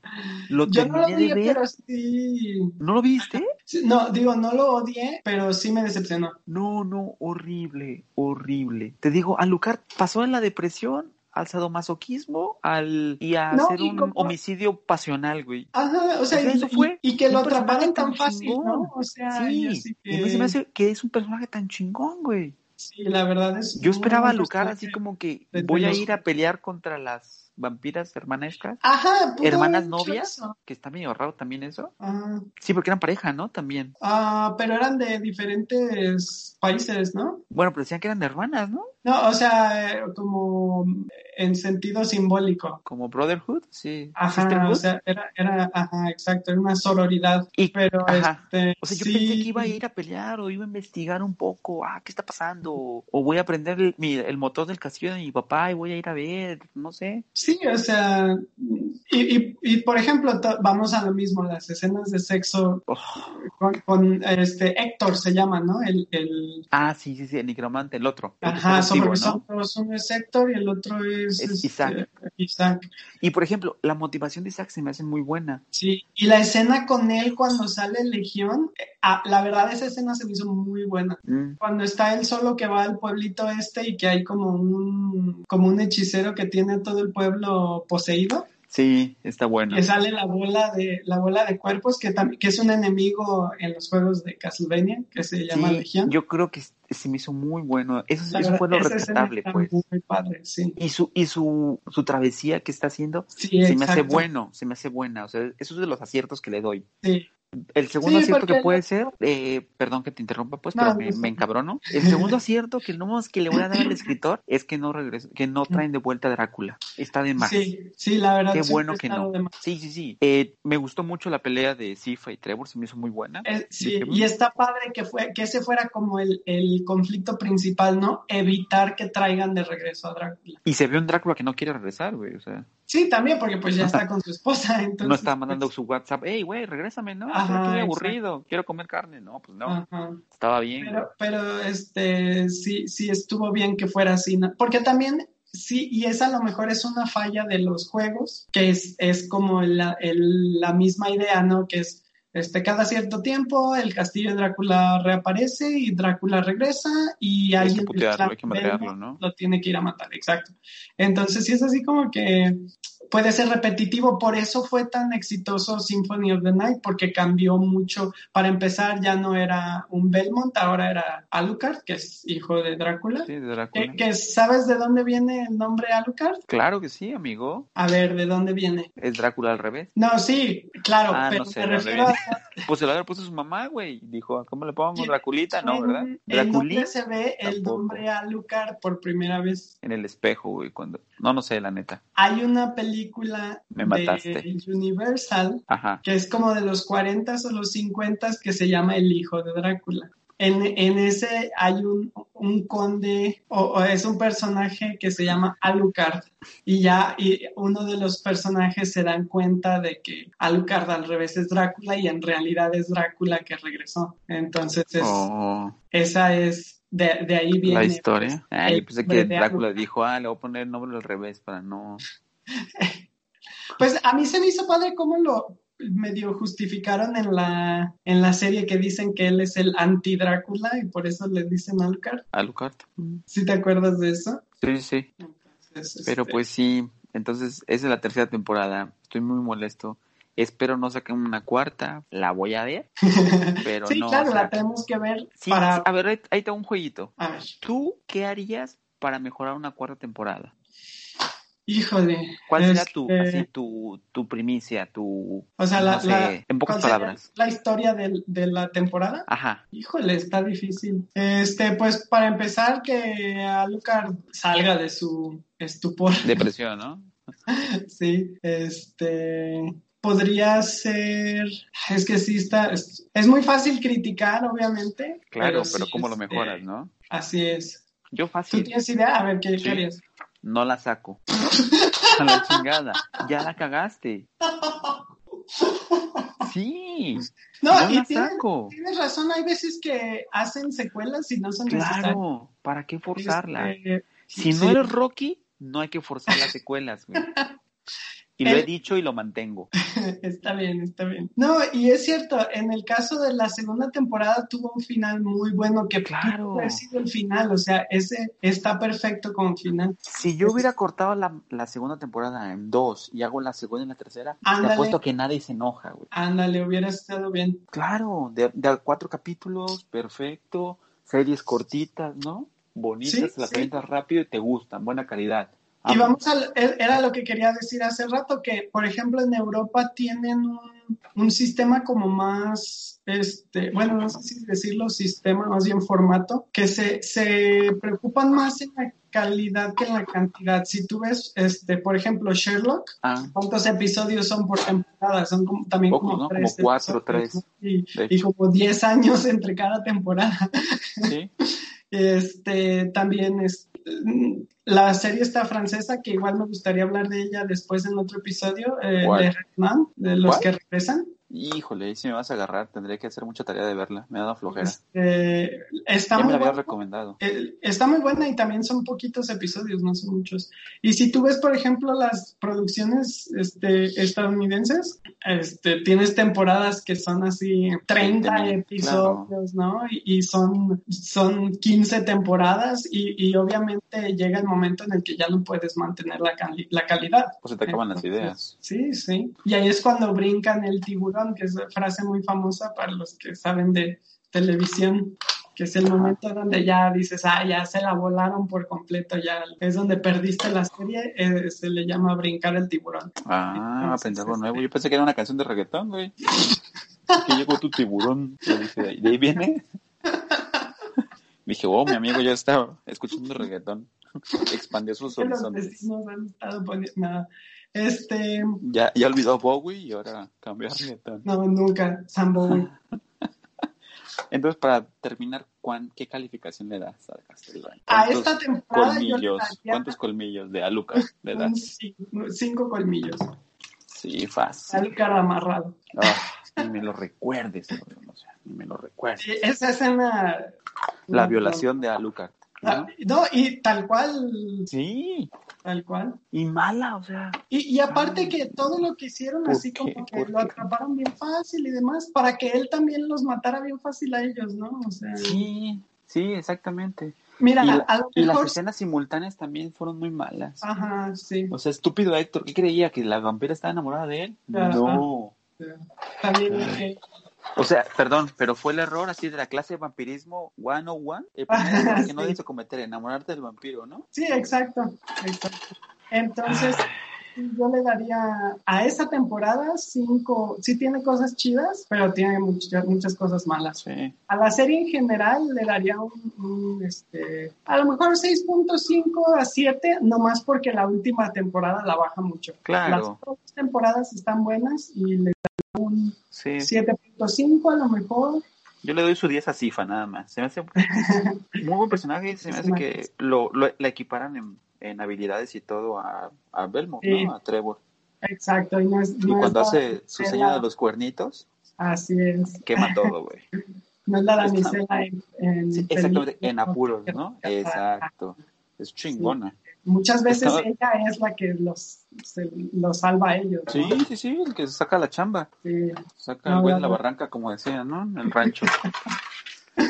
C: Lo
B: yo no lo
C: terminé
B: odié,
C: de ver.
B: pero sí.
C: ¿No lo viste?
B: sí, No, digo, no lo odié, pero sí me decepcionó.
C: No, no, horrible, horrible. Te digo, Alucard pasó a la depresión, al sadomasoquismo, al y a
B: No,
C: hacer
B: y
C: un
B: como-
C: homicidio pasional, güey.
B: Ajá, o sea,
C: O sea,
B: y,
C: eso fue
B: y- y que
C: un
B: lo
C: personaje
B: atraparan
C: tan
B: tan fácil,
C: chingón.
B: ¿no? O sea, yo
C: Sí,
B: sí
C: y a mí se
B: que-
C: me hace que es un personaje tan chingón, güey.
B: sí, la verdad es
C: Yo
B: muy
C: esperaba a
B: buen
C: Alucard
B: personaje.
C: así como que
B: Desde
C: voy a
B: los-
C: ir a pelear contra las vampiras hermanescas,
B: Ajá, pudo
C: hermanas
B: haber hecho
C: novias,
B: eso.
C: que está medio raro también eso.
B: Ajá.
C: Sí, porque eran pareja, ¿no? También.
B: Ah, pero eran de diferentes países, ¿no?
C: Bueno, pero decían que eran hermanas, ¿no?
B: No, o sea, eh, como en sentido simbólico.
C: Como Brotherhood, sí.
B: Ajá,
C: Sisterhood.
B: o sea, era, era, ajá, exacto, era una sororidad.
C: Y-
B: pero
C: ajá.
B: este,
C: O sea, yo
B: sí,
C: pensé que iba a ir a pelear o iba a investigar un poco, ah, ¿qué está pasando? O voy a aprender el, mi- el motor del castillo de mi papá y voy a ir a ver, no sé.
B: Sí, o sea, y, y, y, por ejemplo, to- vamos a lo mismo, las escenas de sexo
C: Oh.
B: con, con, este Héctor se llama, ¿no? El, el
C: Ah, sí, sí, sí, el necromante, el otro. el
B: ajá,
C: destructivo,
B: sobre
C: ¿no?
B: nosotros uno es Héctor y el otro es,
C: Es
B: este,
C: Isaac.
B: Isaac.
C: Y por ejemplo, la motivación de Isaac se me hace muy buena.
B: Sí, y la escena con él cuando sale Legión, eh, ah, la verdad esa escena se me hizo muy buena.
C: Mm.
B: Cuando está él solo que va al pueblito este y que hay como un, como un hechicero que tiene a todo el pueblo poseído,
C: Sí, está bueno.
B: que sale la bola de, la bola de cuerpos, que, tam- que es un enemigo en los juegos de Castlevania, que se llama
C: Sí,
B: Legión.
C: yo creo que s- se me hizo muy bueno. Eso,
B: La
C: eso
B: verdad,
C: fue lo
B: esa escena
C: rescatable,
B: está
C: pues.
B: Muy padre, sí.
C: Y su, y su, su travesía que está haciendo
B: Sí,
C: se me hace
B: exacto.
C: bueno, se me hace buena. O sea, eso es de los aciertos que le doy.
B: Sí.
C: El segundo
B: Sí,
C: acierto
B: porque
C: que
B: el-
C: puede ser, eh, perdón que te interrumpa, pues,
B: No,
C: pero
B: no
C: me,
B: está
C: me
B: bien.
C: encabrono. El
B: [laughs]
C: segundo acierto que no más que le voy a dar al escritor es que no regreso, que no traen de vuelta a Drácula. Está de más.
B: Sí, sí, la verdad.
C: Qué
B: sí,
C: bueno
B: está
C: que no.
B: de más.
C: Sí, sí, sí. Eh, me gustó mucho la pelea de Sifa y Trevor, se me hizo muy buena.
B: Eh, sí,
C: Dije,
B: y está padre que, fue, que ese fuera como el, el conflicto principal, ¿no? Evitar que traigan de regreso a Drácula.
C: Y se ve un Drácula que no quiere regresar, güey. O sea,
B: Sí, también, porque pues
C: [laughs]
B: ya está con su esposa, entonces... pues
C: no estaba mandando su WhatsApp, hey, güey, regrésame, ¿no?
B: Ajá,
C: Estoy
B: exacto.
C: aburrido, quiero comer carne. No, pues no,
B: Ajá.
C: estaba bien. güey.
B: Pero, pero este, sí, sí estuvo bien que fuera así, ¿no? porque también... Sí, y esa a lo mejor es una falla de los juegos, que es, es como la, el- la misma idea, ¿no? Que es, este, cada cierto tiempo el castillo de Drácula reaparece y Drácula regresa y
C: Hay que
B: alguien del
C: putearlo,
B: clan
C: hay que
B: Belmont
C: madrearlo, ¿no?
B: lo tiene que ir a matar, exacto. Entonces sí es así como que puede ser repetitivo, por eso fue tan exitoso Symphony of the Night, porque cambió mucho. Para empezar, ya no era un Belmont, ahora era Alucard, que es hijo de Drácula. Eh,
C: Sí, de Drácula.
B: Que, que ¿Sabes de dónde viene el nombre Alucard?
C: Claro que sí, amigo.
B: A ver, ¿de dónde viene?
C: Es Drácula al revés.
B: No, sí, claro,
C: Ah,
B: pero
C: no sé,
B: me
C: ¿de dónde
B: refiero
C: viene?
B: a
C: Pues se lo había puesto su mamá, güey. Dijo, "Ah, ¿cómo le pongo?
B: Sí,
C: Draculita, no, ¿verdad?
B: En- en
C: Draculín
B: dónde se ve el
C: Tampoco.
B: nombre Alucard por primera vez.
C: en el espejo, güey. Cuando... No, no sé, la neta.
B: Hay una película
C: Me mataste.
B: de Universal
C: Ajá.
B: que es como de los 40 o los 50 que se llama El hijo de Drácula. En, en ese hay un, un conde, o, o es un personaje que se llama Alucard, y ya y uno de los personajes se dan cuenta de que Alucard al revés es Drácula y en realidad es Drácula que regresó. Entonces, es-
C: Oh,
B: esa es, de, de ahí viene.
C: la historia.
B: pues,
C: Ah, yo
B: el
C: pensé
B: nombre
C: que
B: de
C: Drácula
B: Alucard.
C: dijo, ah, le voy a poner el nombre al revés para no.
B: Pues a mí se me hizo padre cómo lo medio justificaron en la, en la serie que dicen que él es el anti-Drácula y por eso le dicen Alucard.
C: Alucard. Mm,
B: ¿Sí te acuerdas de eso?
C: Sí, sí.
B: Entonces,
C: Pero
B: este, [laughs]
C: pues sí, entonces esa es la tercera temporada. Estoy muy molesto. Espero no saquen una cuarta. La voy a ver. Pero
B: sí,
C: no. o
B: claro,
C: sea,
B: la tenemos que ver
C: sí,
B: para...
C: sí, A ver, ahí- ahí tengo un jueguito.
B: A ver,
C: ¿Tú qué harías para mejorar una cuarta temporada?
B: híjole.
C: ¿Cuál será tu,
B: este,
C: así, tu, tu primicia, tu...
B: O sea, la,
C: no sé,
B: la-
C: en pocas
B: ¿cuál sería
C: palabras.
B: La historia del- de la temporada.
C: Ajá.
B: Híjole, está difícil. Este, pues para empezar, que Alucard salga de su estupor.
C: Depresión, ¿no?
B: Sí, este podría ser, es que sí está, es, es muy fácil criticar, obviamente.
C: Claro, pero,
B: sí,
C: ¿cómo lo
B: este,
C: mejoras, no?
B: Así es.
C: Yo
B: ¿Tú
C: fácil,
B: tienes idea? A ver, ¿qué
C: Sí.
B: harías?
C: no la
B: [laughs]
C: saco. A la chingada. Ya la cagaste. Sí.
B: No,
C: no
B: y
C: la
B: tienes,
C: saco.
B: tienes razón, hay veces que hacen secuelas y no son necesarias.
C: Claro. ¿Para qué forzarla?
B: Este, [laughs]
C: Si no
B: sí.
C: eres Rocky, no hay que forzar las
B: [laughs]
C: secuelas, güey. Y lo
B: El-
C: he dicho y lo mantengo.
B: Está bien, está bien. No, y es cierto, en el caso de la segunda temporada tuvo un final muy bueno que
C: Claro.
B: pudo haber sido el final, o sea, ese está perfecto como final.
C: Si yo hubiera cortado la, la segunda temporada en dos y hago la segunda y la tercera, te
B: Ándale.
C: apuesto que nadie se enoja, güey.
B: Ándale, hubiera estado bien.
C: Claro, de, de cuatro capítulos, perfecto, series cortitas, ¿no? Bonitas,
B: Sí,
C: las
B: sí.
C: ventas rápido y te gustan, buena calidad.
B: Y
C: Vamos.
B: vamos al, er- era lo que quería decir hace rato, que por ejemplo en Europa tienen un, un sistema como más, este, bueno, no sé si decirlo sistema, más bien formato, que se, se preocupan más en la calidad que en la cantidad. Si tú ves, este, por ejemplo, Sherlock,
C: Ah,
B: ¿cuántos episodios son por temporada? Son como, también
C: Pocos,
B: como
C: ¿no? Como
B: tres
C: cuatro,
B: episodios,
C: tres.
B: ¿no? Y,
C: de
B: y
C: hecho,
B: como 10 años entre cada temporada.
C: sí.
B: Este, también es mm, la serie esta francesa, que igual me gustaría hablar de ella después en otro episodio, eh,
C: ¿Cuál?
B: de Renan, de los
C: ¿Cuál?
B: que regresan.
C: Híjole, ahí sí me vas a agarrar, tendré que hacer mucha tarea de verla, me da una flojera.
B: Este, está,
C: Ya me
B: muy
C: la había
B: buena,
C: recomendado.
B: eh, está muy buena y también son poquitos episodios, no son muchos. Y si tú ves, por ejemplo, las producciones este, estadounidenses, este, tienes temporadas que son así 30
C: claro.
B: episodios, ¿no? Y, y son, son 15 temporadas y, y obviamente llega el momento en el que ya no puedes mantener la, cali- la calidad.
C: Pues se te acaban las
B: Entonces,
C: ideas.
B: Sí, sí. Y ahí es cuando brincan el tiburón, que es una frase muy famosa para los que saben de televisión, que es el momento donde ya dices, ah, ya se la volaron por completo, ya es donde perdiste la serie, eh, se le llama brincar el tiburón.
C: Ah,
B: Entonces,
C: aprendí algo
B: este-
C: nuevo. Yo pensé que era una canción de reggaetón, güey. Que llegó tu tiburón. Yo dije, de ahí- de ahí viene. Dije, oh, mi amigo ya estaba escuchando reggaetón. [laughs] Expandió sus
B: Que Los
C: horizontes.
B: vecinos han estado poniendo... nada. Este,
C: Ya, ya olvidó a Bowie y ahora cambió a reggaetón.
B: no, nunca, Sambo.
C: [laughs]
B: güey.
C: Entonces, para terminar, ¿cuán, ¿qué calificación le das a Castlevania?
B: A
C: ¿Cuántos
B: esta temporada yo le
C: colmillos? ¿Cuántos
B: daría
C: colmillos de Alucard le
B: un
C: das?
B: cinco, cinco colmillos,
C: Sí, fácil.
B: al cara amarrado.
C: Ah, ni me lo recuerdes, cabrón, o sea, ni me lo recuerdes.
B: Sí, Esa escena...
C: La
B: no,
C: violación de Alucard.
B: Ah,
C: ¿no?
B: No, y tal cual,
C: Sí,
B: tal cual.
C: y mala, o sea.
B: Y, y aparte que todo lo que hicieron,
C: Ah. ¿Por
B: así
C: qué?
B: como que
C: ¿Por
B: lo
C: qué?
B: atraparon bien fácil y demás, para que él también los matara bien fácil a ellos, ¿no? O sea,
C: Sí, sí, exactamente.
B: mira,
C: Y, la- Ah.
B: a lo
C: y las
B: mejor...
C: escenas simultáneas también fueron muy malas.
B: Ajá, sí.
C: O sea, estúpido Héctor, ¿qué creía? ¿Que la vampira estaba enamorada de él?
B: Ajá.
C: No.
B: También... eh,
C: O sea, perdón, pero fue el error así de la clase de vampirismo 101, el primer [laughs] error que no
B: Sí.
C: debes de cometer, enamorarte del vampiro, ¿no?
B: Sí, exacto, exacto. Entonces, yo le daría a esa temporada cinco... Sí tiene cosas chidas, pero tiene muchas muchas cosas malas.
C: Sí.
B: A la serie en general le daría un, un, este, a lo mejor 6.5 a 7, nomás porque la última temporada la baja mucho. Las
C: Claro,
B: otras temporadas están buenas y le
C: sí.
B: 7.5 a lo mejor [laughs]
C: Yo le doy su 10 a Sifa, nada más. Se me hace muy buen personaje y se me hace que lo, lo- la equiparan en, en habilidades y todo a, a Belmont,
B: Sí.
C: ¿no? A Trevor.
B: Exacto, y no es.
C: Y
B: no es
C: cuando
B: la-
C: hace su seña de los cuernitos,
B: Así es.
C: quema
B: [laughs]
C: todo, güey.
B: No es la
C: Está-
B: damisela en. en
C: Sí, exactamente,
B: peligro.
C: en apuros,
B: [laughs]
C: ¿no? Exacto. Es chingona.
B: Muchas veces
C: Está-
B: ella es la que los, se- los salva a ellos. ¿no?
C: Sí, sí, sí, el que saca la chamba.
B: Sí.
C: Saca
B: No,
C: el güey
B: no,
C: de la
B: no.
C: barranca, como decían, ¿no? En
B: [laughs]
C: el rancho.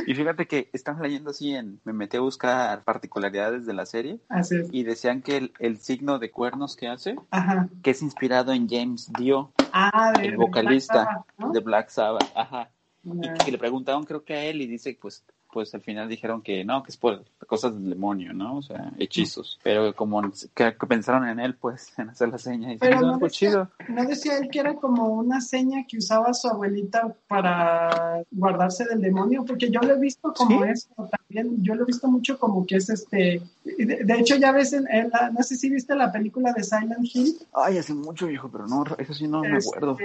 C: Y fíjate que están leyendo así en... Me metí a buscar particularidades de la serie
B: Así es.
C: y decían que el, el signo de cuernos que hace,
B: Ajá.
C: que es inspirado en James Dio,
B: Ah, de,
C: el
B: de
C: vocalista
B: Black Sabbath, ¿no?
C: de Black Sabbath. Ajá. Y
B: Ah,
C: que le preguntaron, creo que a él, y dice, pues, pues al final dijeron que no, que es por cosas del demonio, ¿no? O sea, hechizos. Pero como que que pensaron en él, pues, [laughs] en hacer la seña. Y
B: Pero
C: dijeron,
B: no
C: "Ah, pues
B: decía-
C: chido.
B: ¿No decía él que era como una seña que usaba su abuelita para guardarse del demonio? Porque yo lo he visto como
C: Sí.
B: eso también. Yo lo he visto mucho como que es este. De, de hecho, ya ves, en, en la- no sé si viste la película de Silent Hill.
C: Ay, hace mucho, viejo, pero no, eso sí no me
B: este,
C: acuerdo.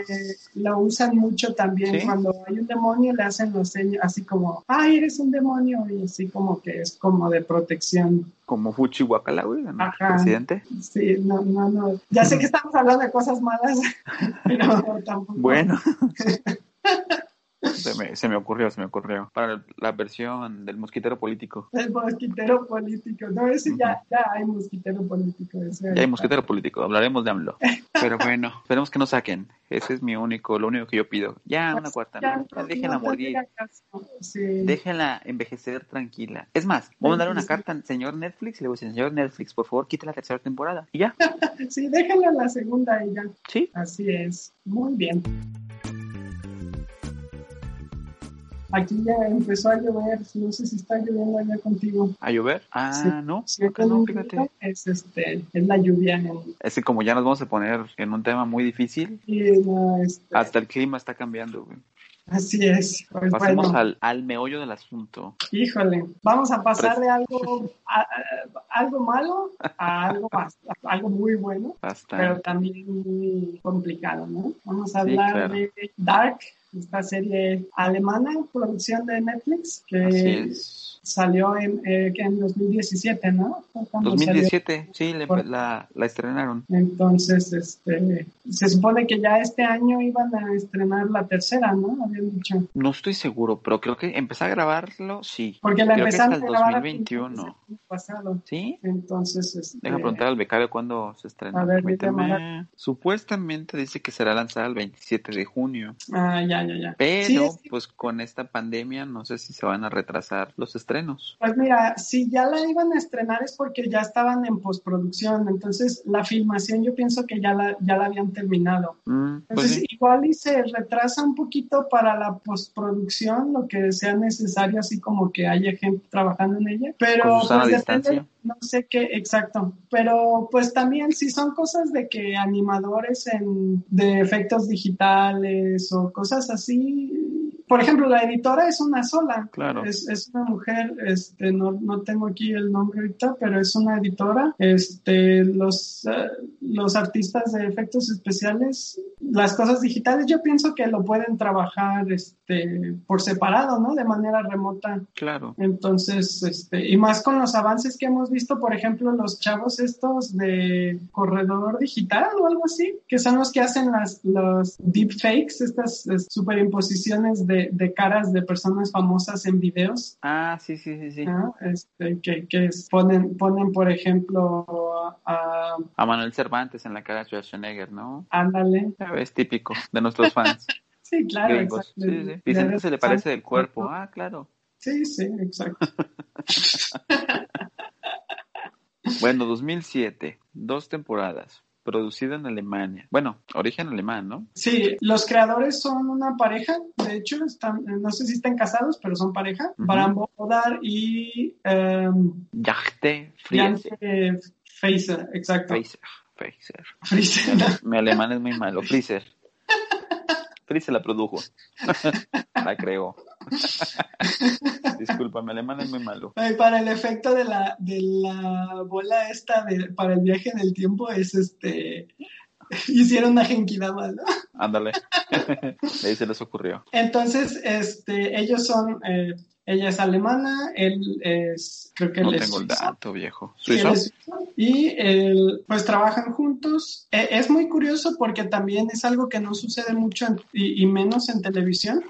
B: lo usan mucho también.
C: Sí.
B: Cuando hay un demonio, le hacen los señas así como, ay, eres un demonio. Y así como que es como de protección.
C: Como Fuchi Huacala, güey, ¿no?
B: Ajá.
C: presidente.
B: Sí, no, no, no. Ya sé que estamos hablando de cosas malas, [laughs] pero tampoco.
C: Bueno.
B: [laughs]
C: se, me, se me ocurrió, se me ocurrió. Para la versión del mosquitero político.
B: El mosquitero político. No, ese ya, ya hay mosquitero político. Ese
C: Ya hay mosquitero político, hablaremos de AMLO. Pero bueno, esperemos que no saquen. Ese es mi único, lo único que yo pido. Ya, Ah, una cuarta,
B: Ya,
C: ¿no? Ya
B: no,
C: déjenla
B: no
C: morir.
B: tendría caso. Sí.
C: Déjenla envejecer tranquila. Es más, voy a mandar una carta al señor Netflix y le voy a decir, señor Netflix, por favor, quita la tercera temporada. Y ya,
B: sí, déjala la segunda y ya.
C: sí.
B: Así es. Muy bien. Aquí ya empezó a llover. No sé si está lloviendo allá contigo.
C: ¿A llover? Ah,
B: Sí.
C: no,
B: Si
C: acá
B: es
C: no,
B: un
C: fíjate.
B: grito, Es, este, es la lluvia. ¿no?
C: Es que como ya nos vamos a poner en un tema muy difícil,
B: Y, no, este,
C: hasta el clima está cambiando. güey.
B: así es. Pues
C: Pasemos
B: bueno.
C: al, al meollo del asunto.
B: Híjole, vamos a pasar de algo, a- a- algo malo a algo más, a algo muy bueno, pero
C: Bastante.
B: también muy complicado, ¿no? Vamos a
C: Sí,
B: hablar
C: claro.
B: de Dark, esta serie alemana, producción de Netflix,
C: Así
B: que
C: es.
B: salió en, eh, que en 2017, ¿no? Fue cuando salió.
C: 2017, sí, le- la, la estrenaron.
B: Entonces, este, se supone que ya este año iban a estrenar la tercera, ¿no? Habían dicho.
C: No estoy seguro, pero creo que empecé a grabarlo, sí.
B: Porque la
C: Creo que
B: empezaron
C: hasta el
B: a grabar a
C: 2021.
B: finales del año pasado.
C: ¿Sí?
B: Entonces, este,
C: Deja preguntar al becario cuándo se estrena.
B: A ver,
C: Permíteme.
B: dime,
C: Supuestamente dice que será lanzada el 27 de junio,
B: Ah, ya, ya, ya.
C: pero
B: Sí, es que,
C: pues con esta pandemia no sé si se van a retrasar los estrenos.
B: pues mira, si ya la iban a estrenar es porque ya estaban en postproducción, entonces la filmación yo pienso que ya la, ya la habían terminado.
C: Mm, pues
B: Entonces
C: sí.
B: igual y se retrasa un poquito para la postproducción, lo que sea necesario, así como que haya gente trabajando en ella, pero
C: Con Susana
B: pues
C: a distancia.
B: depende, no sé qué, exacto, pero pues también si son cosas de que animadores en, de efectos digitales o cosas así, por ejemplo, la editora es una sola,
C: Claro.
B: es, es una mujer, este, no, no tengo aquí el nombre ahorita, pero es una editora. Este, los, eh, los artistas de efectos especiales, las cosas digitales, yo pienso que lo pueden trabajar este, por separado, ¿no? De manera remota.
C: Claro.
B: Entonces, este, y más con los avances que hemos visto, por ejemplo, los chavos estos de corredor digital o algo así, que son los que hacen las, los deepfakes, estas eh, superimposiciones de, de caras de personas famosas en videos.
C: Ah, sí, sí, sí, sí.
B: ¿no? Este, que, que es- ponen, ponen, por ejemplo, a,
C: A Manuel Cervantes en la cara de Schwarzenegger, ¿no?
B: Ándale.
C: Ya ves, típico de nuestros fans
B: Sí, [laughs] claro.
C: gringos.
B: exacto.
C: Sí, sí. Dicen que se le parece del cuerpo. Ah, claro.
B: Sí, sí, exacto.
C: Bueno, 2007, dos temporadas, producida en Alemania. Bueno, origen alemán, ¿no?
B: Sí, los creadores son una pareja, de hecho, están, no sé si están casados, pero son pareja,
C: Ujú.
B: Bram Bodar y em,
C: Yachte Friese.
B: Jan Fraser, exacto.
C: Fraser. Fraser.
B: Fraser.
C: Mi alemán es muy malo. Freezer. Freezer la produjo. [laughs] la creó. Disculpa, mi alemán es muy malo.
B: Ay, Para el efecto de la, de la bola esta, de, para el viaje en el tiempo, es este [laughs] Hicieron una genkidama, ¿no?
C: Ándale. [laughs] Ahí se les ocurrió.
B: Entonces, este, ellos son, eh, ella es alemana, él es, creo que él
C: No
B: es
C: tengo el
B: suizo.
C: dato, viejo.
B: Sí, él
C: ¿Suizo?
B: es suizo. Y él, pues trabajan juntos. E- es muy curioso porque también es algo que no sucede mucho en- y, y menos en televisión.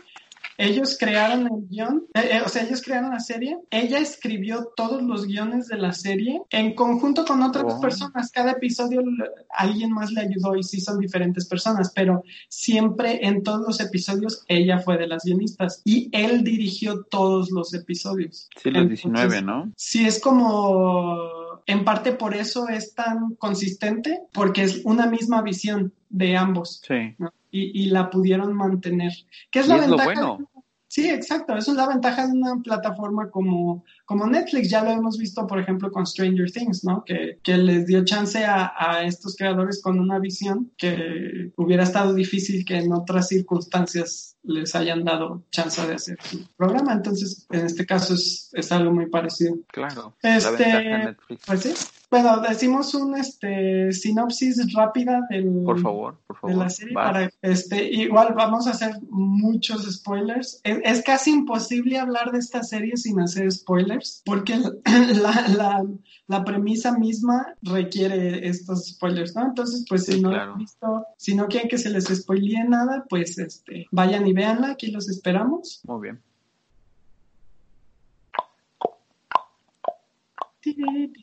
B: Ellos crearon el guión, eh, eh, o sea, ellos crearon la serie. Ella escribió todos los guiones de la serie en conjunto con otras
C: Oh.
B: personas. Cada episodio lo- alguien más le ayudó y sí son diferentes personas, pero siempre en todos los episodios ella fue de las guionistas y él dirigió todos los episodios.
C: Sí, los
B: Entonces,
C: 19, ¿no?
B: Sí, es como, en parte por eso es tan consistente, porque es una misma visión de ambos
C: Sí.
B: y, y la pudieron mantener. ¿Qué es
C: Y
B: la
C: es lo
B: ventaja?
C: bueno.
B: Sí, exacto, eso es la ventaja de una plataforma como, como Netflix, ya lo hemos visto, por ejemplo, con Stranger Things, ¿no? Que, que les dio chance a, a estos creadores con una visión que hubiera estado difícil que en otras circunstancias les hayan dado chance de hacer su programa, entonces en este caso es, es algo muy parecido.
C: Claro. La
B: Este-
C: ventaja de Netflix.
B: Pues sí. Bueno, decimos un este, sinopsis rápida del,
C: Por favor,
B: mm,
C: por
B: de
C: favor.
B: la serie
C: va.
B: para este igual vamos a hacer muchos spoilers es, es casi imposible hablar de esta serie sin hacer spoilers porque la, [clears throat] la- la premisa misma requiere estos spoilers no entonces pues si
C: Sí,
B: no
C: claro.
B: han visto si no quieren que se les spoilee nada pues este vayan y véanla aquí los esperamos
C: Muy bien.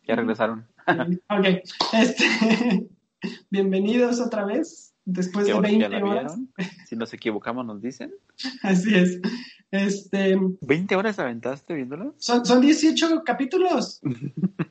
C: Ya regresaron.
B: ok este [laughs] bienvenidos otra vez después
C: Qué
B: pues de
C: bueno que ya
B: 20
C: la
B: horas
C: vieron. Si nos equivocamos, nos dicen.
B: así es este
C: 20 horas aventaste viéndola.
B: Son, son 18 capítulos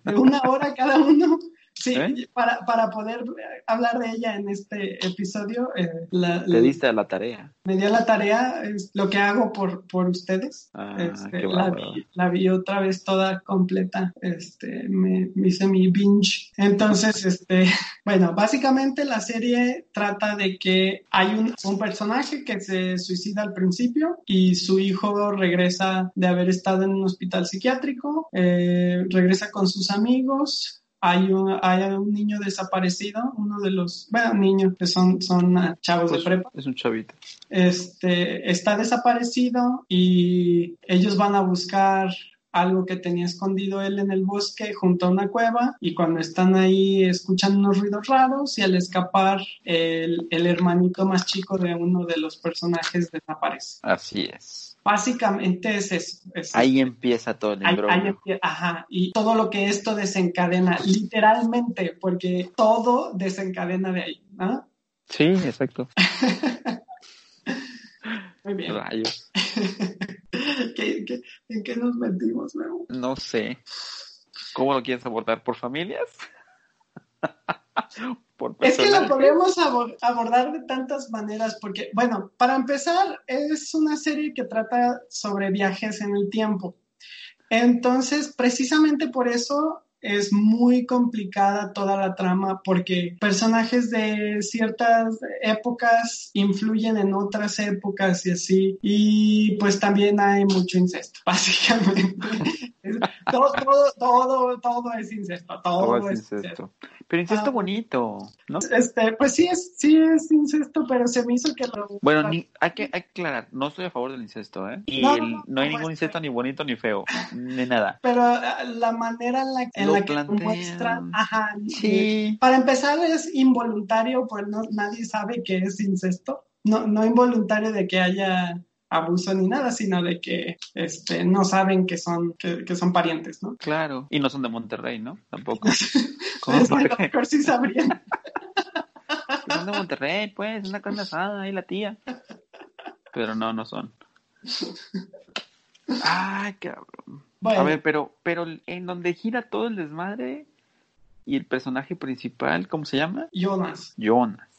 B: de una hora cada uno. Sí,
C: ¿Eh?
B: para, para poder hablar de ella en este episodio, eh, la-
C: Le diste a la tarea.
B: me dio la tarea, es lo que hago por, por ustedes.
C: Ah,
B: Este,
C: qué
B: la,
C: bárbaro.
B: vi, la vi otra vez toda completa, este, me, me hice mi binge. Entonces, este, [laughs] bueno, básicamente la serie trata de que hay un, un personaje que se suicida al principio y su hijo regresa de haber estado en un hospital psiquiátrico, eh, regresa con sus amigos. Hay un, hay un niño desaparecido, uno de los, bueno, niños que son, son ah, chavos
C: Pues,
B: de prepa
C: es un chavito.
B: este, está desaparecido y ellos van a buscar algo que tenía escondido él en el bosque junto a una cueva y cuando están ahí escuchan unos ruidos raros y al escapar el, el hermanito más chico de uno de los personajes desaparece.
C: Así es.
B: Básicamente es eso. es eso.
C: Ahí empieza todo el
B: Hay-
C: embrollo.
B: hay empie- ajá, y todo lo que esto desencadena, literalmente, porque todo desencadena de ahí, ¿no?
C: Sí, exacto.
B: Muy bien.
C: Rayos.
B: [laughs] ¿Qué- qué- en qué nos metimos, Memo?
C: No sé. ¿Cómo lo quieres abordar? ¿Por familias? [laughs] ¿Por
B: Es que lo
C: personajes?
B: podemos abor- abordar de tantas maneras, porque, bueno, para empezar, es una serie que trata sobre viajes en el tiempo. Entonces, precisamente por eso es muy complicada toda la trama, porque personajes de ciertas épocas influyen en otras épocas y así. Y pues también hay mucho incesto, [laughs] básicamente. Es- todo, todo, todo, todo es incesto, todo,
C: Todo Oh,
B: es
C: es
B: incesto.
C: incesto. Pero incesto
B: este, Ah.
C: bonito, ¿no?
B: Este, pues sí es, sí es incesto, pero se me hizo que lo.
C: Bueno, ni- hay que hay que aclarar, no estoy a favor del incesto, ¿eh? Y
B: No,
C: el-
B: no,
C: no,
B: no,
C: hay
B: no,
C: ningún
B: estoy-
C: incesto ni bonito ni feo, ni nada.
B: Pero ah, la manera en la, en
C: Lo
B: la que lo
C: plantean.
B: muestran, ajá.
C: Sí,
B: Para empezar es involuntario, pues no, nadie sabe que es incesto. No, no involuntario de que haya abuso ni nada, sino de que este, no saben que son, que, que son parientes, ¿no?
C: claro. Y no son de Monterrey, ¿no?
B: [laughs]
C: Tampoco. ¿Cómo?
B: Es que Este, a lo
C: Porque
B: mejor sí
C: [laughs]
B: sabrían.
C: son de Monterrey, pues, una carne asada, ahí la tía. Pero no, no son. Ay, cabrón.
B: Bueno,
C: A ver, pero, pero en donde gira todo el desmadre y el personaje principal, ¿cómo se llama?
B: Jonas.
C: Jonas.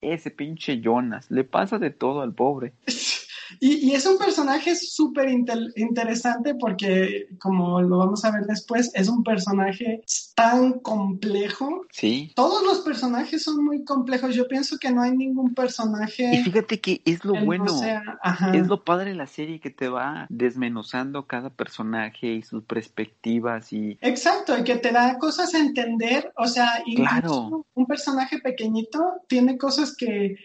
C: Ese pinche Jonas. Le pasa de todo al pobre.
B: Y, y es un personaje súper intel- interesante porque, como lo vamos a ver después, es un personaje tan complejo.
C: Sí.
B: Todos los personajes son muy complejos. Yo pienso que no hay ningún personaje.
C: Y fíjate que es lo
B: que no
C: bueno.
B: sea- ajá.
C: Es lo padre de la serie que te va desmenuzando cada personaje y sus perspectivas y
B: Exacto, y que te da cosas a entender, o sea, incluso
C: Claro.
B: un personaje pequeñito tiene cosas que